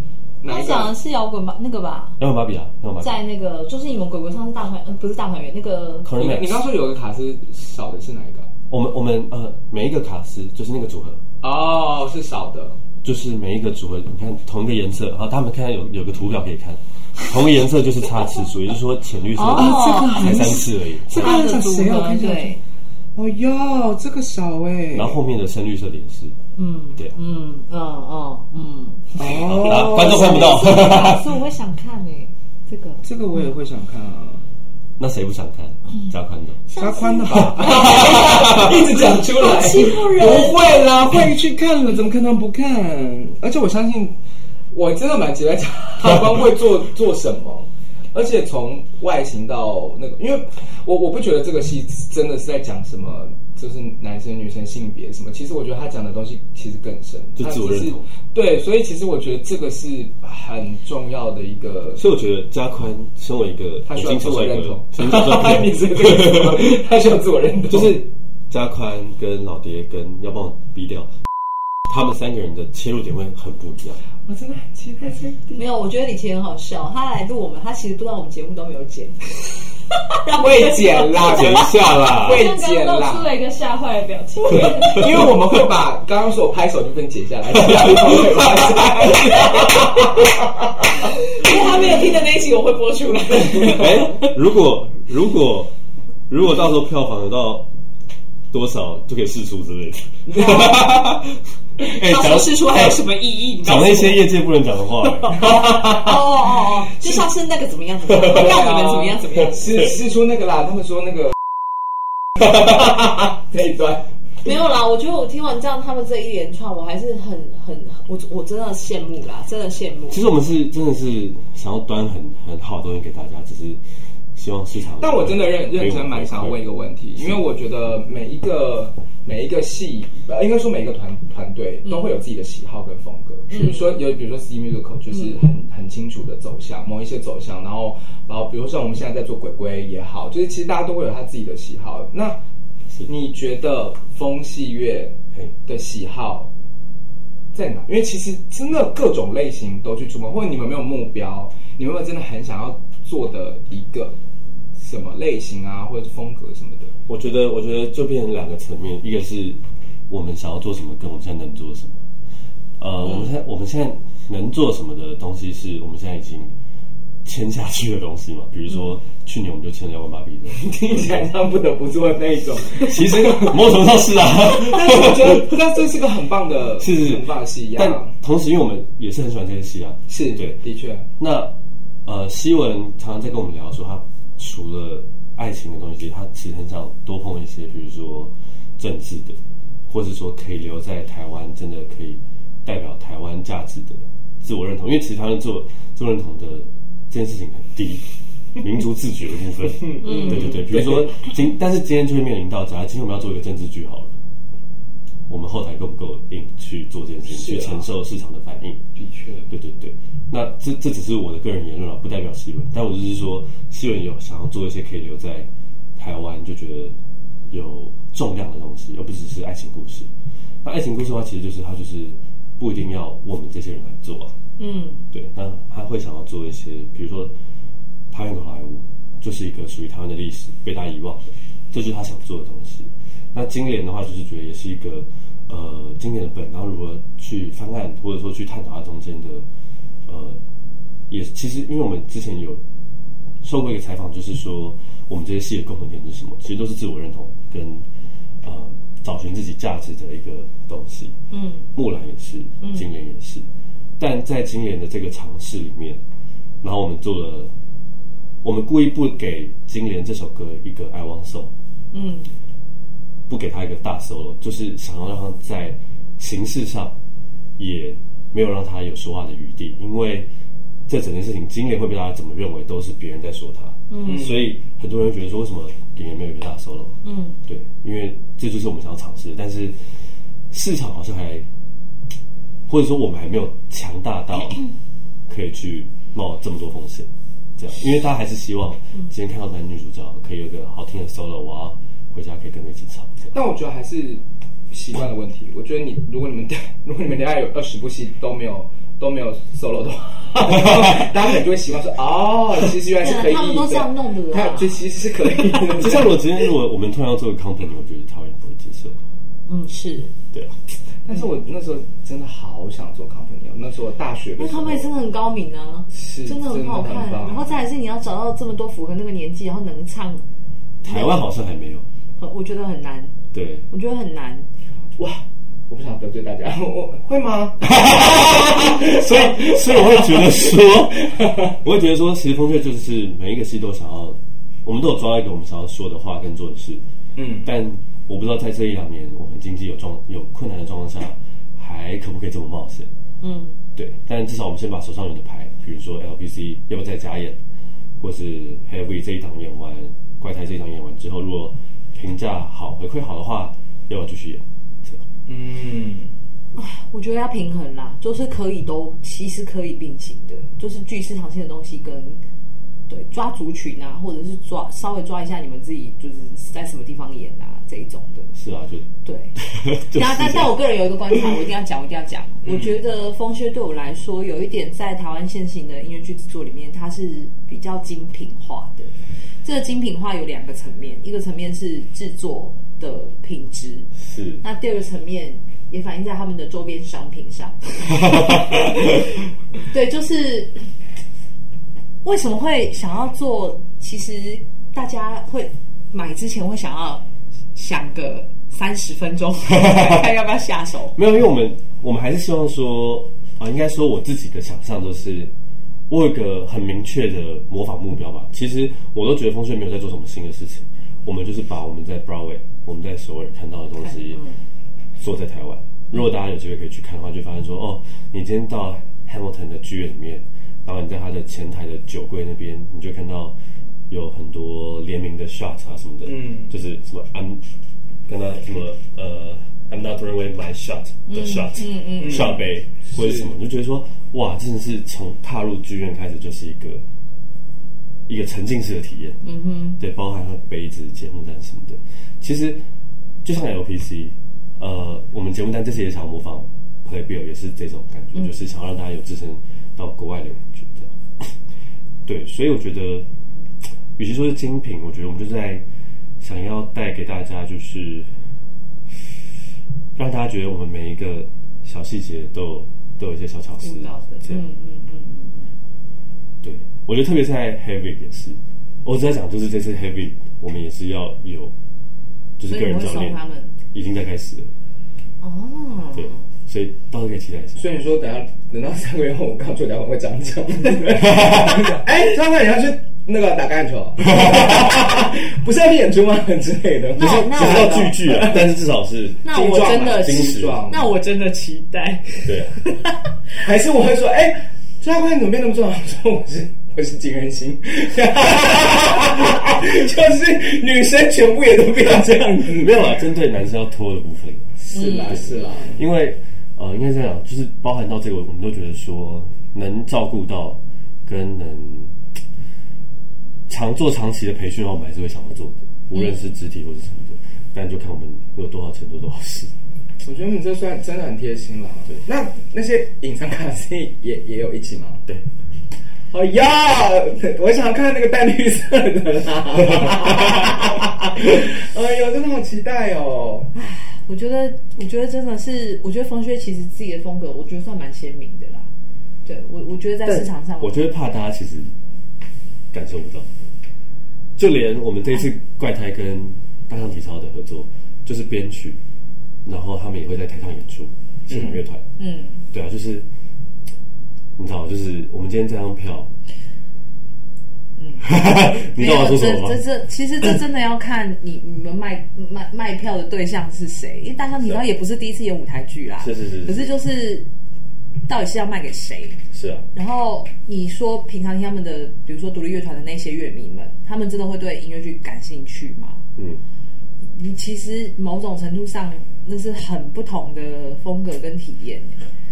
S1: 哪
S2: 他
S1: 一
S2: 讲的
S1: 个？
S2: 是摇滚吧，那个吧，
S4: 要芭比啊，要芭比
S2: 在那个就是你们鬼鬼上次大团，呃，不是大团圆，那个
S4: c o r
S1: 你
S4: n
S1: 你
S4: Max，
S1: 刚说有个卡是少的是哪一个？
S4: 我们我们呃每一个卡司就是那个组合，
S1: 哦，是少的。
S4: 就是每一个组合，你看同一个颜色，然后他们看到有有个图表可以看，同一个颜色 *laughs* 就是差次数，也就是说浅绿色
S2: 哦
S4: 才三次而已，
S2: 他的组
S1: 啊
S2: 合，对，
S1: 哦哟，这个少哎
S4: 然后后面的深绿色的也是，
S2: 嗯，
S4: 对
S2: 嗯嗯嗯嗯，
S4: 然后
S1: 哦
S4: 观众看不到，
S2: *laughs* 所以我会想看诶、这个。
S1: 这个我也会想看啊，
S4: *laughs* 那谁不想看？
S2: 嗯
S4: 加宽的，
S1: 加宽的吧， *laughs* 一直讲出来，
S2: 欺负人
S1: 不会啦，会去看了，怎么可能不看？而且我相信，我真的蛮期待加宽会做 *laughs* 做什么。而且从外形到那个，因为我我不觉得这个戏真的是在讲什么，就是男生女生性别什么。其实我觉得他讲的东西其实更深，
S4: 就
S1: 他
S4: 自我
S1: 只
S4: 认
S1: 是
S4: 同
S1: 对，所以其实我觉得这个是很重要的一个
S4: 所以我觉得加宽身为一个
S1: 他
S4: 已
S1: 需要
S4: 经
S1: 自
S4: 小
S1: 我
S4: 帅
S1: 认
S4: 哥
S1: 同，
S4: *laughs* 曾经小帅
S1: *laughs* 你是
S4: 哥
S1: 这个意思吗
S4: *laughs*
S1: 他需要自我认同，
S4: 就是加宽跟老爹跟要帮我逼掉， *laughs* 他们三个人的切入点会很不
S2: *laughs*
S4: 一样。
S1: 我真的很期待这一点。
S2: 没有，我觉得李琦很好笑。他来录我们，他其实不知道我们节目都没有
S1: *laughs*
S2: 剪，
S1: 会剪啦，
S4: 剪一
S2: *laughs*
S4: 下啦，
S1: 会
S2: 刚
S1: 剪
S2: 刚露出
S1: 啦。
S2: 了一个吓坏的表情。
S1: 对，因为我们会把刚刚说我拍手这部分剪下来，其
S2: *laughs*
S1: 他地方会拍下
S2: 因为他没有听的那一集我会播出来。
S4: 哎，如果如果如果到时候票房有到多少，就可以试出之类的。
S2: *laughs*
S4: 哎，讲
S2: 试出还有什么意义？你告
S4: 讲
S2: 诉我
S4: 那些业界不能讲的话，哎
S2: 哦哦
S1: *laughs*
S2: 哦哦，就像是那个怎么样怎么
S1: 啊
S2: 样，让你们怎么样怎么样。
S1: 是是出那个啦，他们说那
S2: *laughs*
S1: 个这一段，
S2: 没有啦，我觉得我听完这样他们这一连串，我还是很很我我真的羡慕啦，真的羡慕。
S4: 其实我们是真的是想要端很很好的东西给大家，只是希望市场。
S1: 但我真的认认真蛮想要问一个问题，因为我觉得每一个每一个戏，呃应该说每一个团团队都会有自己的喜好跟风格。比如说有，比如说 C musical 就是很很清楚的走向，某一些走向，然后然后比如像我们现在在做鬼鬼也好，就是其实大家都会有他自己的喜好。那
S4: 是
S1: 你觉得风戏乐
S4: 嘿
S1: 的喜好在哪？因为其实真的各种类型都去触摸，或者你们没有目标，你们有没有真的很想要做的一个什么类型啊，或者是风格什么的？ *laughs*
S4: 我觉得，我觉得就变成两个层面，一个是我们想要做什么，跟我们现在能做什么。呃，我们现在我们现在能做什么的东西，是我们现在已经签下去的东西嘛？比如说、去年我们就签了摇滚芭比的，
S1: *laughs* 听起来像不得不做的那一
S6: *laughs*
S1: 种，
S4: 其实某种程度上是啊， *laughs*
S1: 但是我觉得，但这是个很棒的，
S4: 是是
S1: 很棒的戏呀、
S4: 但同时因为我们也是很喜欢这些戏啊，
S1: 是
S4: 对
S1: 的确，
S4: 那呃，希文常常在跟我们聊说，他除了爱情的东西，他其实很想多碰一些，比如说政治的，或者说可以留在台湾，真的可以代表台湾价值的自我认同。因为其实台湾自我自我认同的这件事情很低，民族自觉的部分。对对对，比如说今，但是今天就会面临到，假如今天我们要做一个政治剧好了。我们后台够不够硬去做这件事情，去承受市场的反应。
S3: 的确，
S4: 对对对，那这这只是我的个人言论啊，不代表西文。但我就是说，西文有想要做一些可以留在台湾，就觉得有重量的东西，而不只是爱情故事。那爱情故事的话，其实就是它就是不一定要我们这些人来做、啊。
S2: 嗯，
S4: 对，那他会想要做一些，比如说台湾的好莱坞，就是一个属于台湾的历史被大家遗忘的，这就是他想做的东西。那今年的话，就是觉得也是一个呃经典的本，然后如何去翻案，或者说去探讨它中间的呃，也其实因为我们之前有受过一个采访，就是说我们这些戏的共同点是什么，其实都是自我认同跟呃找寻自己价值的一个东西。
S2: 嗯，
S4: 木兰也是，金莲也是。但在今年的这个尝试里面，然后我们做了，我们故意不给《金莲》这首歌一个 I want so，
S2: 嗯，
S4: 不给他一个大 solo，就是想要让他在形式上也没有让他有说话的余地，因为这整件事情，金莲会被大家怎么认为都是别人在说他，嗯，所以很多人觉得说为什么演员没有一个大 solo，
S2: 嗯，
S4: 对，因为这就是我们想要尝试的，但是市场好像还，或者说我们还没有强大到可以去冒这么多风险，这样，因为大家还是希望今天看到男女主角可以有一个好听的 solo，我要回家可以跟着一起唱，这样。
S1: 但我觉得还是习惯的问题。我觉得你，如果你们 *laughs* 如果你们恋爱有二十部戏都没有都没有 solo 的
S6: *laughs*
S1: 话，大家可能就会习惯说哦，其实原来是可以的。
S6: 对啊他们都这样弄的啊
S1: 他哎这其实是可以的。
S2: *laughs*
S4: 就像我今天如果我们突然要做个 company，我觉得桃园不会接受，
S2: 嗯，是，
S4: 对啊，
S1: 但是我那时候真的好想做 company，哦那时候我大学
S2: 因
S1: 的
S2: 为
S1: 时
S2: 哎他
S1: 候
S2: 们也真的很高明啊，
S1: 是
S2: 真的很好看。
S1: 真的很棒
S2: 然后再来是你要找到这么多符合那个年纪，然后能唱，
S4: 台湾好像还没有，
S2: 呃我觉得很难，
S4: 对，
S2: 我觉得很难。
S1: 哇，我不想得罪大家，我我会吗？
S4: 所以所以我会觉得说，我会觉得说，其实风雀就是每一个戏都想要，我们都有抓到一个我们想要说的话跟做的事，
S1: 嗯，
S4: 但我不知道在这一两年我们经济有状有困难的状况下，还可不可以这么冒险？
S2: 嗯，
S4: 对，但至少我们先把手上有的牌，比如说 LPC 要不要再加演，或是 Heavy 这一档演完，怪胎这一档演完之后，如果评价好、回馈好的话，要不要继续演？这样
S1: 嗯，
S2: 我觉得要平衡啦，就是可以都其实可以并行的，就是具市场性的东西跟对抓族群啊，或者是抓稍微抓一下你们自己就是在什么地方演啊这一种的，
S4: 是啊，就
S2: 对。
S4: *laughs* 就是
S2: 那但
S4: 这
S2: 但
S4: 样
S2: 我个人有一个观察，我一定要讲，我一定要讲。我觉得风靴对我来说，有一点在台湾现行的音乐剧制作里面，它是比较精品化的。这个精品化有两个层面，一个层面是制作的品质，
S4: 是
S2: 那第二个层面也反映在他们的周边商品 *laughs* 上。对，就是为什么会想要做？其实大家会买之前会想要想个三十分 *laughs* 钟，看要不要下手。
S4: 没有，因为我们我们还是希望说啊，应该说我自己的想象就是，我有一个很明确的模仿目标吧。其实我都觉得风炫没有在做什么新的事情，我们就是把我们在 Broadway、我们在首尔看到的东西做在台湾。如果大家有机会可以去看的话，就发现说哦，你今天到 Hamilton 的剧院里面，然后你在它的前台的酒柜那边，你就看到有很多联名的 shot 啊什么的，
S1: 嗯
S4: 就是什么 I'm 跟他什么呃，I'm not throwing away my shot 的 shot，嗯嗯，shot 杯或者什么，你就觉得说，哇，真的是从踏入剧院开始就是一个一个沉浸式的体验，嗯哼，对，包含它的杯子、节目单什么的，其实就像 LPC，呃，我们节目单这次也想要模仿 Playbill，也是这种感觉，就是想要让大家有置身到国外的感觉，这样。对，所以我觉得，与其说是精品，我觉得我们就在想要带给大家，就是让大家觉得我们每一个小细节都有都有一些小巧思
S2: 知道的，
S4: 这样。
S2: 嗯嗯嗯，
S4: 对，我觉得特别在 Heavy 也是，我只在讲就是这次 Heavy，我们也是要有，就是
S2: 所以
S4: 个
S2: 你
S4: 人
S2: 会
S4: 教
S2: 送
S4: 练
S2: 他们
S4: 已经在开始了，
S2: 哦。
S4: 对，所以到时候可以期待一下。
S1: 所以你说等下等到三个月后，我告诉我两会长这样。哎，张翰你要去那个打橄榄球，不是要去演出吗？ *laughs* 之类的。
S2: 那
S4: 想
S2: 那
S4: 到句句啊，但是至少是
S2: 那我真的
S4: 精
S2: 期
S4: 实
S1: 壮
S2: 那我真的期待。
S4: 对啊。
S1: 还是我会说，哎、朱大宽你怎么变那么重？我说我是 *laughs* 我是金人心， *laughs* 就是女生全部也都变这样子。
S4: 没有啊，针对男生要脱的部分，
S7: 是啦
S1: 嗯
S7: 是啦，
S4: 因为呃，应该这样讲，就是包含到这个，我们都觉得说能照顾到跟能长做长期的培训的话，我们还是会想要做的，无论是肢体或是什么的，但就看我们有多少钱做多少事。
S1: 我觉得你这算真的很贴心了。对，那那些隐藏卡是也也有一起吗？
S4: 对，
S1: 哎呀，我想看那个淡绿色的啦。 *laughs* 哎呦，真的好期待哦！
S2: 我觉得，我觉得真的是，我觉得冯轩其实自己的风格，我觉得算蛮鲜明的啦。对我，我觉得在市场上，
S4: 我就是怕大家其实感受不到，就连我们这次怪胎跟大象体操的合作，就是编曲，然后他们也会在台上演出，现场乐团。
S2: 嗯，
S4: 对啊，就是你知道，就是我们今天这张票， *laughs* 你
S2: 嗯没
S4: 知道我
S2: 有
S4: 要说什么吗
S2: 这？这这，其实这真的要看你你们卖卖卖票的对象是谁，因为大象体操也不是第一次演舞台剧啦，
S4: 啊是是是是
S2: 可是就是到底是要卖给谁？
S4: 是啊，
S2: 然后你说平常听他们的，比如说独立乐团的那些乐迷们，他们真的会对音乐剧感兴趣吗？
S4: 嗯，
S2: 你其实某种程度上，那是很不同的风格跟体验。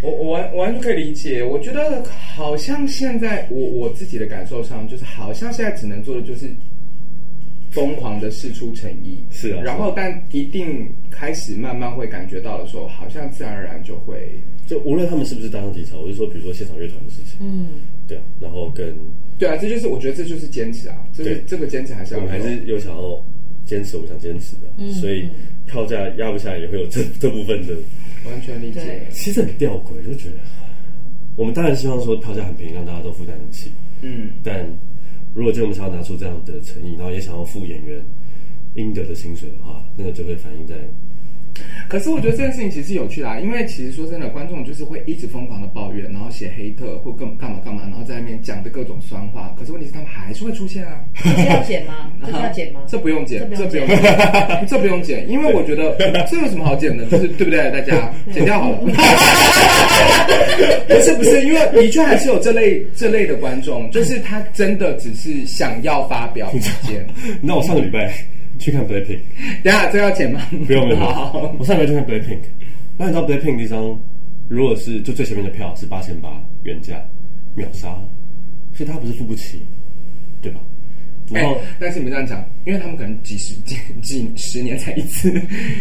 S1: 我我完我完全可以理解，我觉得好像现在我我自己的感受上，就是好像现在只能做的就是疯狂的试出诚意，
S4: 是啊
S1: 然后但一定开始慢慢会感觉到的时候，好像自然而然就会
S4: 就无论他们是不是大象体操，我就说，比如说现场乐团的事情，
S2: 嗯，
S4: 对啊，然后跟
S1: 对啊，这就是我觉得这就是坚持啊，这个
S4: 对
S1: 这个坚持还是
S4: 我
S1: 要
S4: 们还是有想要坚持我们想坚持的啊，
S2: 嗯
S4: 所以票价压不下来也会有这这部分的，
S1: 完全理解
S2: 对，
S4: 其实很吊诡，就觉得我们当然希望说票价很便宜，让大家都负担得起，
S1: 嗯，
S4: 但如果今天我们想要拿出这样的诚意，然后也想要付演员应得的薪水的话，那个就会反映在 *laughs*
S1: 可是我觉得这件事情其实有趣啦，因为其实说真的，观众就是会一直疯狂的抱怨，然后写黑特或干干嘛干嘛，然后在那边讲的各种酸话。可是问题是他们还是会出现啊，
S2: 这是要剪
S4: *laughs*
S2: 吗？这是要剪吗？
S1: 这不用剪，这
S2: 这
S1: 不
S2: 不
S1: 用
S2: 用 *laughs*
S1: 剪，这不用剪，因为我觉得这有什么好剪的，就是对不对？大家剪掉好
S2: *laughs*
S1: 了。不是不是，因为的确还是有这类这类的观众，就是他真的只是想要发表意
S2: *laughs*
S1: 见。
S4: 那我上个礼拜去看 Blackpink，
S1: 等一下这要剪吗？
S4: 不用不用，不
S1: 好
S4: 用，我上个礼拜去看 Blackpink，那你知道 Blackpink 那张如果是就最前面的票是八千八原价，秒杀，所以他不是付不起，对吧？然后、
S1: 哎但是你们这样讲，因为他们可能几十几几十年才一次，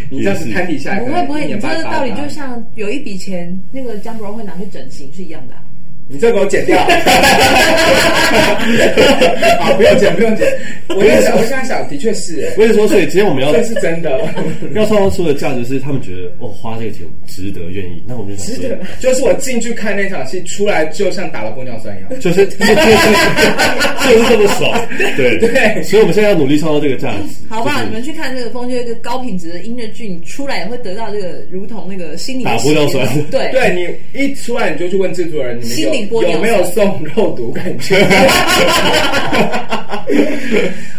S1: 你这样子摊底下来，
S2: 不
S1: 可
S2: 会
S1: 能
S2: 不会，
S1: 一
S2: 你
S1: 年
S2: 这
S1: 半
S2: 个
S1: 发
S2: 道理
S1: 吧
S2: 就像有一笔钱，那个江博会拿去整形是一样的啊、
S1: 你这给我 *laughs* 剪掉，好，不用剪，不用剪。我在想，我现在想，的确是，哎
S4: 我跟你说，所以今天
S1: *laughs*
S4: 我们要
S1: 这是真的，
S4: 要创造出的价值是他们觉得哦花这个钱值得愿意，那我们就想说
S1: 就是我进去看那场戏，出来就像打了玻尿酸一样。
S4: 就是 *laughs* 就是就是就是这么爽，对
S1: 对
S4: 所以我们现在要努力创造这个价值，
S2: 好不好？
S4: 就是
S2: 你们去看这个风一个高品质的音乐剧，你出来也会得到这个如同那个心理的
S4: 打玻尿酸
S2: 洗涤对
S1: 对你一出来，你就去问制作人，你
S2: 心理
S1: 们
S2: 玻
S1: 有
S2: 尿
S1: 有没有送肉毒杆
S2: *laughs*
S1: 菌？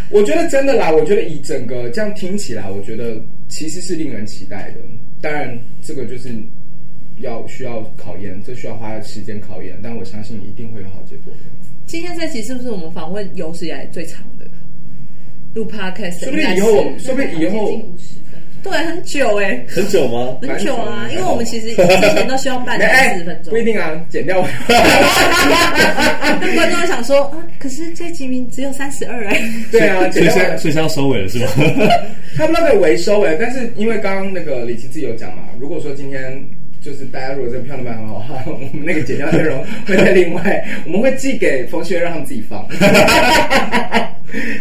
S1: 我觉得真的啦，我觉得以整个这样听起来，我觉得其实是令人期待的。当然，这个就是要需要考验，这需要花时间考验，但我相信一定会有好结果的。
S2: 今天这集是不是我们访问有史以来最长的录 podcast？
S1: 说不
S2: 应
S1: 定
S2: 该
S1: 以
S2: 是
S1: 后我们，说不定以后
S2: 对很久哎、
S4: 很久吗？
S2: 很久啊
S1: 蛮久的，
S2: 因为我们其实之前都希望半小时
S1: 哎
S2: 四
S1: *laughs*
S2: 十分钟
S1: 不一。定啊，剪掉我。哎
S2: *laughs* 但观众会想说啊，可是这集名只有三十二哎，
S1: 对啊，
S4: 所
S1: 剪
S4: 以
S1: 掉
S4: 现
S1: 我
S4: 在所以现在要收尾了 *laughs* 是吗？
S1: 差不多可以维收哎、但是因为刚刚那个李琦自己有讲嘛，如果说今天就是大家如果这票都卖很好的话，我们那个剪掉内容会在另外，我们会寄给冯学让他们自己
S2: *laughs*
S1: 放，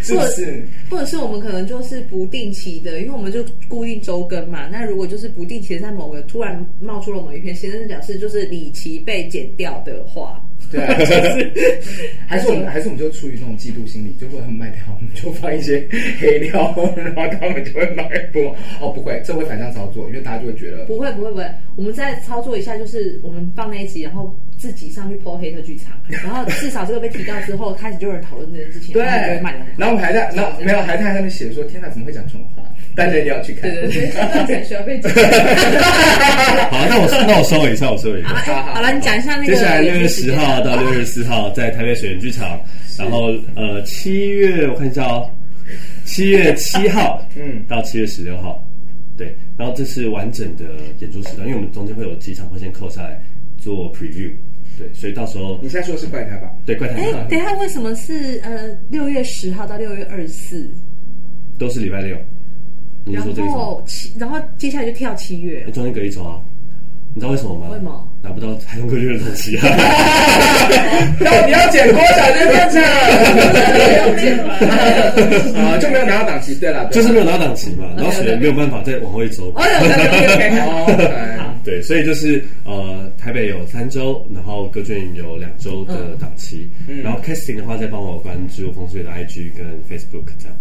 S1: 是不是？
S2: 或者是我们可能就是不定期的，因为我们就固定周更嘛。那如果就是不定期的在某个突然冒出了某一篇新闻表示就是李琦被剪掉的话，
S1: 对啊，
S2: *laughs*
S1: 就是还是我们还是我们就出于那种嫉妒心理，就如果他们卖掉，我们就放一些黑料，然后他们就会买多。哦，不会，这会反向操作，因为大家就会觉得
S2: 不会不会不会，我们再操作一下，就是我们放那一集，然后自己上去 PO 黑特剧
S4: *laughs*
S2: 场，然后至少这个被提到之后，开始就有人讨论这件事情，
S1: 对
S2: 然后就会卖得很好。
S1: 然后我们还在，然
S2: *laughs*
S1: 后没有还在上面写说，天哪，怎么会讲这种话？大家一定要去看。
S2: 对对对，这段才需要被剪。
S4: 好，那我那我收尾一下，我收尾一下。
S2: 哎好了，你讲一下那个
S4: 接下来六月十号到六月四号在台北水源剧场，然后呃七月我看一下哦，七月七号
S1: 嗯
S4: 到七月十六号，对，然后这是完整的演出时段，因为我们中间会有几场会先扣下来做 preview，对，所以到时候
S1: 你现在说的是怪
S4: *laughs*
S1: 胎吧？
S4: 对怪谈
S8: 哎、等一下，为什么是呃六月十号到六月二十四？
S4: 都是礼拜六，你是
S8: 然
S4: 说这一
S8: 后
S4: 周，
S8: 七，然后接下来就跳七月
S4: 哎，中间隔一周啊，你知道为什么吗？
S8: 为什么？
S4: 拿不到台中歌剧院的东西啊！哎
S1: 要你要剪郭小就变 *laughs* 成啊，就没有拿到档期。对了，对
S4: 就
S1: 啦
S4: 是没有拿档期嘛，然后所以没有办法再往后一周。
S1: 哦，OK
S4: 对，所以就是呃，台北有三周，然后歌剧院有两周的档期，然后 casting 的话再帮我关注风水的 IG 跟 Facebook 这样。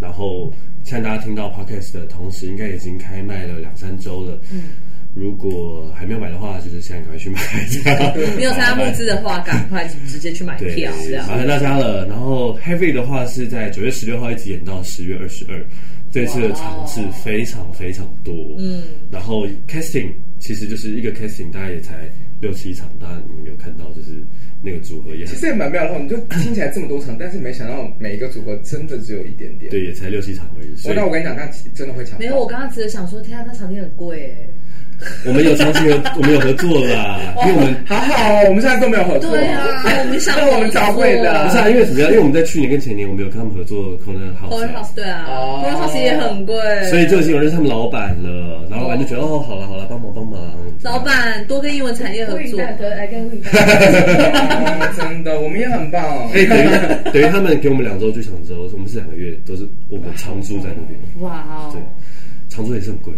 S4: 然后现在大家听到 podcast 的同时，应该已经开卖了两三周了。嗯，如果还没有买的话，就是现在赶快去买。这样
S2: 没有参加募资的话，赶快直接去买
S4: 对，
S2: 票，这样
S4: 麻烦大家了。然后 Heavy 的话是在九月十六号一直演到十月二十二，这次的场次非常非常多。嗯，然后 Casting 其实就是一个 Casting，大概也才六七场，大家你们有看到就是那个组合也
S1: 其
S4: 很
S1: 实也蛮妙的话，你就听起来这么多场，但是没想到每一个组合真的只有一点点。
S4: 对，也才六七场而已。所
S1: 哦，
S4: 以
S1: 那我跟你讲，那真的会抢爆。
S2: 没有，我刚刚只是想说，天啊，那场地很贵哎。
S4: 我们有长期有 *laughs* 我们有合作啦，因为我
S1: *laughs*
S4: 们。
S1: 好好哦，我们现在都没有合作。
S2: 对啊，我们
S1: *laughs*
S2: 想
S1: 那我们早会的
S4: 不是啊，因为怎么样？因为我们在去年跟前年，我们有跟他们合作 Corner
S2: c o r n House
S4: House，、
S2: 对啊 c
S1: 哦
S2: o r n House 也很贵，
S4: 所以就已经有认识他们老板了。然后老板就觉得哦，好了好了，帮忙帮忙。
S2: 老板多跟英文产业合作，
S9: 来跟魏大
S1: 啊真的，我们也很棒。
S4: *laughs* 哎、等于等于他 *laughs* 们给我们两周剧场之后，我们是两个月都是我们常住在那边，
S8: 哇哦！
S4: 对，常住也是很贵。啊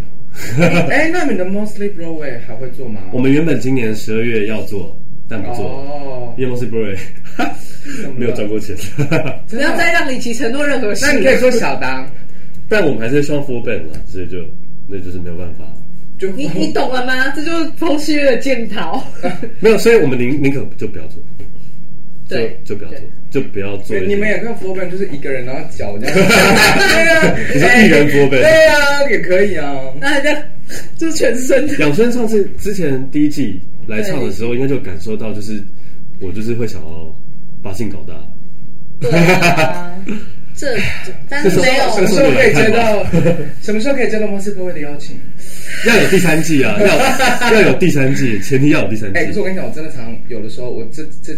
S1: 哎，那你的 Mostly Broadway 还会做吗？
S4: 我们原本今年十二月要做，但不做，
S1: 哦，
S4: 因为 Mosby Boy *laughs* 没有赚过钱，
S2: 不要再让李琦承诺任何事
S1: 那。你可以说小当，
S4: 但我们还是希望 Full Band 了，所以就那就是没有办法，
S1: 就
S2: 你你懂了吗？这就是风七月的检
S4: *laughs*
S2: 讨。
S4: 没有，所以我们宁宁可就不要做，
S2: 对
S4: 就就不要做
S2: 对，
S4: 就不要做。
S1: 你们也看 Four Band 就是一个人，然后脚这样。对啊，
S4: 你是艺人 Full Band，
S1: 对啊，也可以啊。
S2: 那还在就是全身的，
S4: 养春上次之前第一季来唱的时候，应该就感受到，就是我就是会想要把性搞大。
S2: 对啊，这这但是没
S1: 什么
S2: 有
S1: 时候可以接到？什么时候可以接到莫斯科的邀请？
S4: 要有第三
S2: *laughs*
S4: 季啊，要要有第三季，前提要有第三
S1: 哎、可是
S4: 季
S1: 我。跟你讲，我真的常有的时候，我这这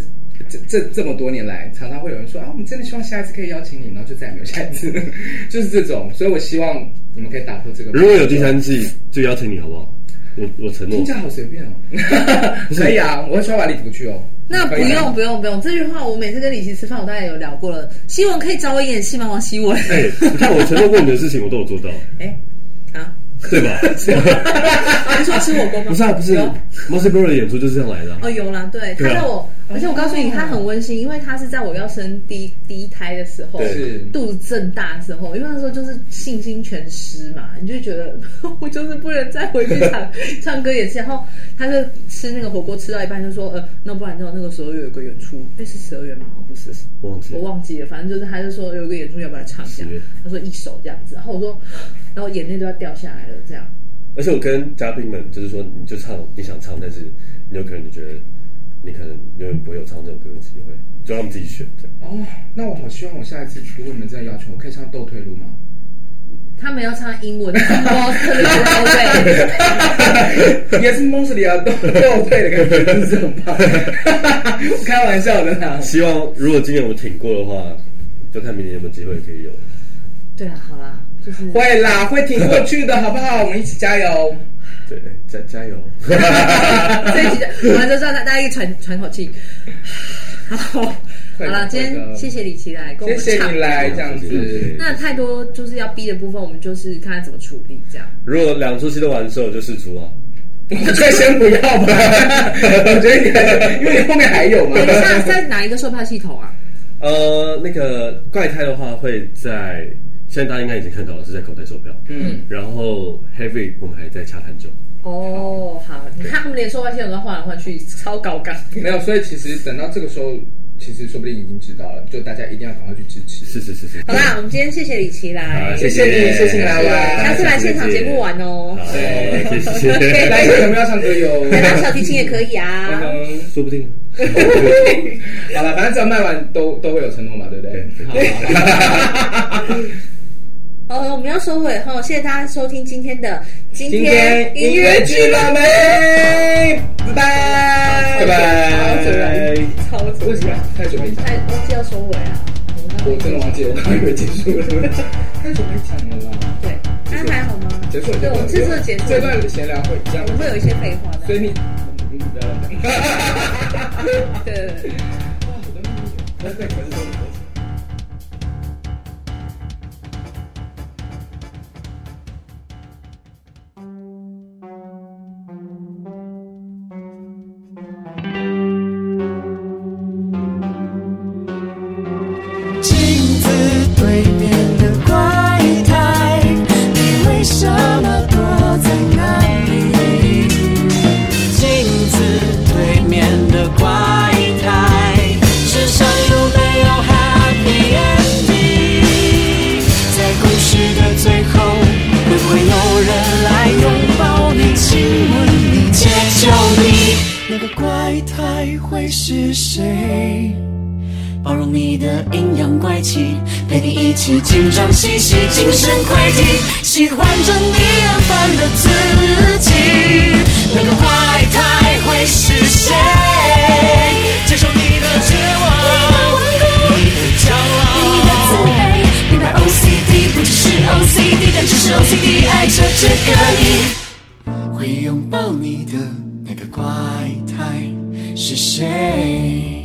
S1: 这这这么多年来，常常会有人说啊，我们真的希望下一次可以邀请你，然后就再也没有下一次， *laughs* 就是这种。所以我希望你们可以打破这个。
S4: 如果有第，三季，就邀请你好不好？我我承诺
S1: 听起。来好随便哦。可以啊，我会穿晚礼服去哦。
S2: 那不
S1: 可以啊
S2: 用不用不用，这句话我每次跟李琦吃饭，我大概有聊过了。希文可以找我演戏吗？王希文？
S4: 哎、你看我承诺过你的事情，我都有做到，
S2: 哎 *laughs* 啊，*laughs*
S4: 对吧？
S2: 你说吃火锅吗？
S4: 不是啊，不是
S2: 有
S4: m o s i b o r 的演出就是这样来的啊、
S2: 哦，有啦，对，他
S4: 对啊嗯
S2: 在我，而且我告诉你，他很温馨，因为他是在我要生第一第一胎的时候，
S4: 对
S1: 是
S2: 肚子正大的时候，因为那时候就是信心全失嘛，你就觉得 *laughs* 我就是不能再回去唱 *laughs* 唱歌演戏。然后他就吃那个火锅吃到一半就说，呃，那不然就那个时候有一个演出，哎是十二月吗？不是，是
S4: 忘记
S2: 我
S4: 了。
S2: 忘记了，反正就是他就说有一个演出要不要唱这样
S4: 十月，
S2: 他说一首这样子，然后我说，然后眼泪都要掉下来了这样。
S4: 而且我跟嘉宾们就是说，你就唱你想唱，但是你有可能你觉得你可能永远不会有唱这首歌的机会，就让他们自己选这样。
S1: 哦，那我好希望我下一次，如果你们真的邀请我，可以唱《斗退路》吗？
S2: 他们要唱英
S4: *laughs*
S2: 文 *laughs* ，mostly Broadway。
S1: 也是 mostly 啊，斗斗退的感觉真是很棒。 *laughs* 开玩笑的啦。
S4: 希望如果今年我们挺过的话，就看明年有没有机会可以有。
S2: 对啊，好啦，就是
S1: *laughs* 会啦，会挺过去的，好不好？我们一起加油。 *laughs*
S4: 对，加加油！
S2: 这一集的，完就让大大家一喘喘口气。 *sighs* 好，好了，今天谢谢李琦来跟我
S1: 谢谢
S2: 们唱。
S1: 你来这
S4: *laughs*
S1: 样子。
S2: 那太多就是要逼的部分，我们就是看他怎么处理
S1: *laughs*
S2: 这样。
S4: 如果两出戏都完售，就试出啊。
S1: 我觉得先不要吧，我觉得你还因为你后面还
S4: *laughs*
S1: 有嘛
S2: 等。一下，在哪一个售票系统啊？
S4: 呃，那个怪胎的话会在，现在大家应该已经看到了，是在口袋售票。
S1: 嗯，
S4: 然后 Heavy 我们还在洽谈中。
S2: 哦，好，你看他们连售票系统都换来换去，超
S1: *laughs*
S2: 高纲。
S1: 没有，所以其实等到这个时候，其实说不定已经知道了，就大家一定要赶快去支持。
S4: 是是是是。
S2: 好啦，我们今天谢谢李琦来
S4: 好，，
S1: 哎谢谢你谢谢你来玩
S2: 下次来现场节目玩哦
S4: 好，。
S1: 对
S4: 哎谢
S1: 来，
S4: 谢。
S1: 有没有要唱歌
S4: *laughs*
S1: 哟？
S2: 来拉小提琴也可以啊。
S4: 说不定。
S1: 好 *laughs* 了，
S4: *laughs*
S1: 反正只要卖完都都会有承诺嘛，对不对？好，
S9: 好，我们要收尾哈，谢谢大家收听今天的今
S3: 今天音乐剧了没？拜拜拜拜！
S10: 超级
S3: 为什么太久没讲？
S9: 哎，忘记要收尾啊。
S3: 我真的忘记，我刚以为结束了， *laughs* 太久没讲了啦。
S9: 对，那还好吗？
S3: 结束了，
S9: 对，我们这次结束
S3: 这，段闲聊会这样
S9: 我，们会有一些废话
S3: 所以
S9: 的。
S3: 你你不要乱讲。
S9: 对对对。
S3: 那可是说你多
S11: 镜子对面的怪胎，你为什么躲在那里？镜子对面的怪胎，世上有没有 happy ending？在故事的最后，会不会有人来拥抱你、亲吻你、解救你？那个怪胎会是谁？包容你的阴阳怪气，陪你一起紧张兮兮，精神快递，喜欢着你厌烦的自己。那个怪胎会是谁？接受你的绝望，你的骄傲，你的自卑，明白 OCD 不只是 OCD，但只是 OCD 爱着这个你。会拥抱你的那个怪胎是谁？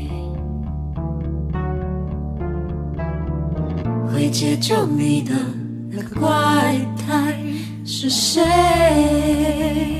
S11: 会解救你的那个怪胎是谁？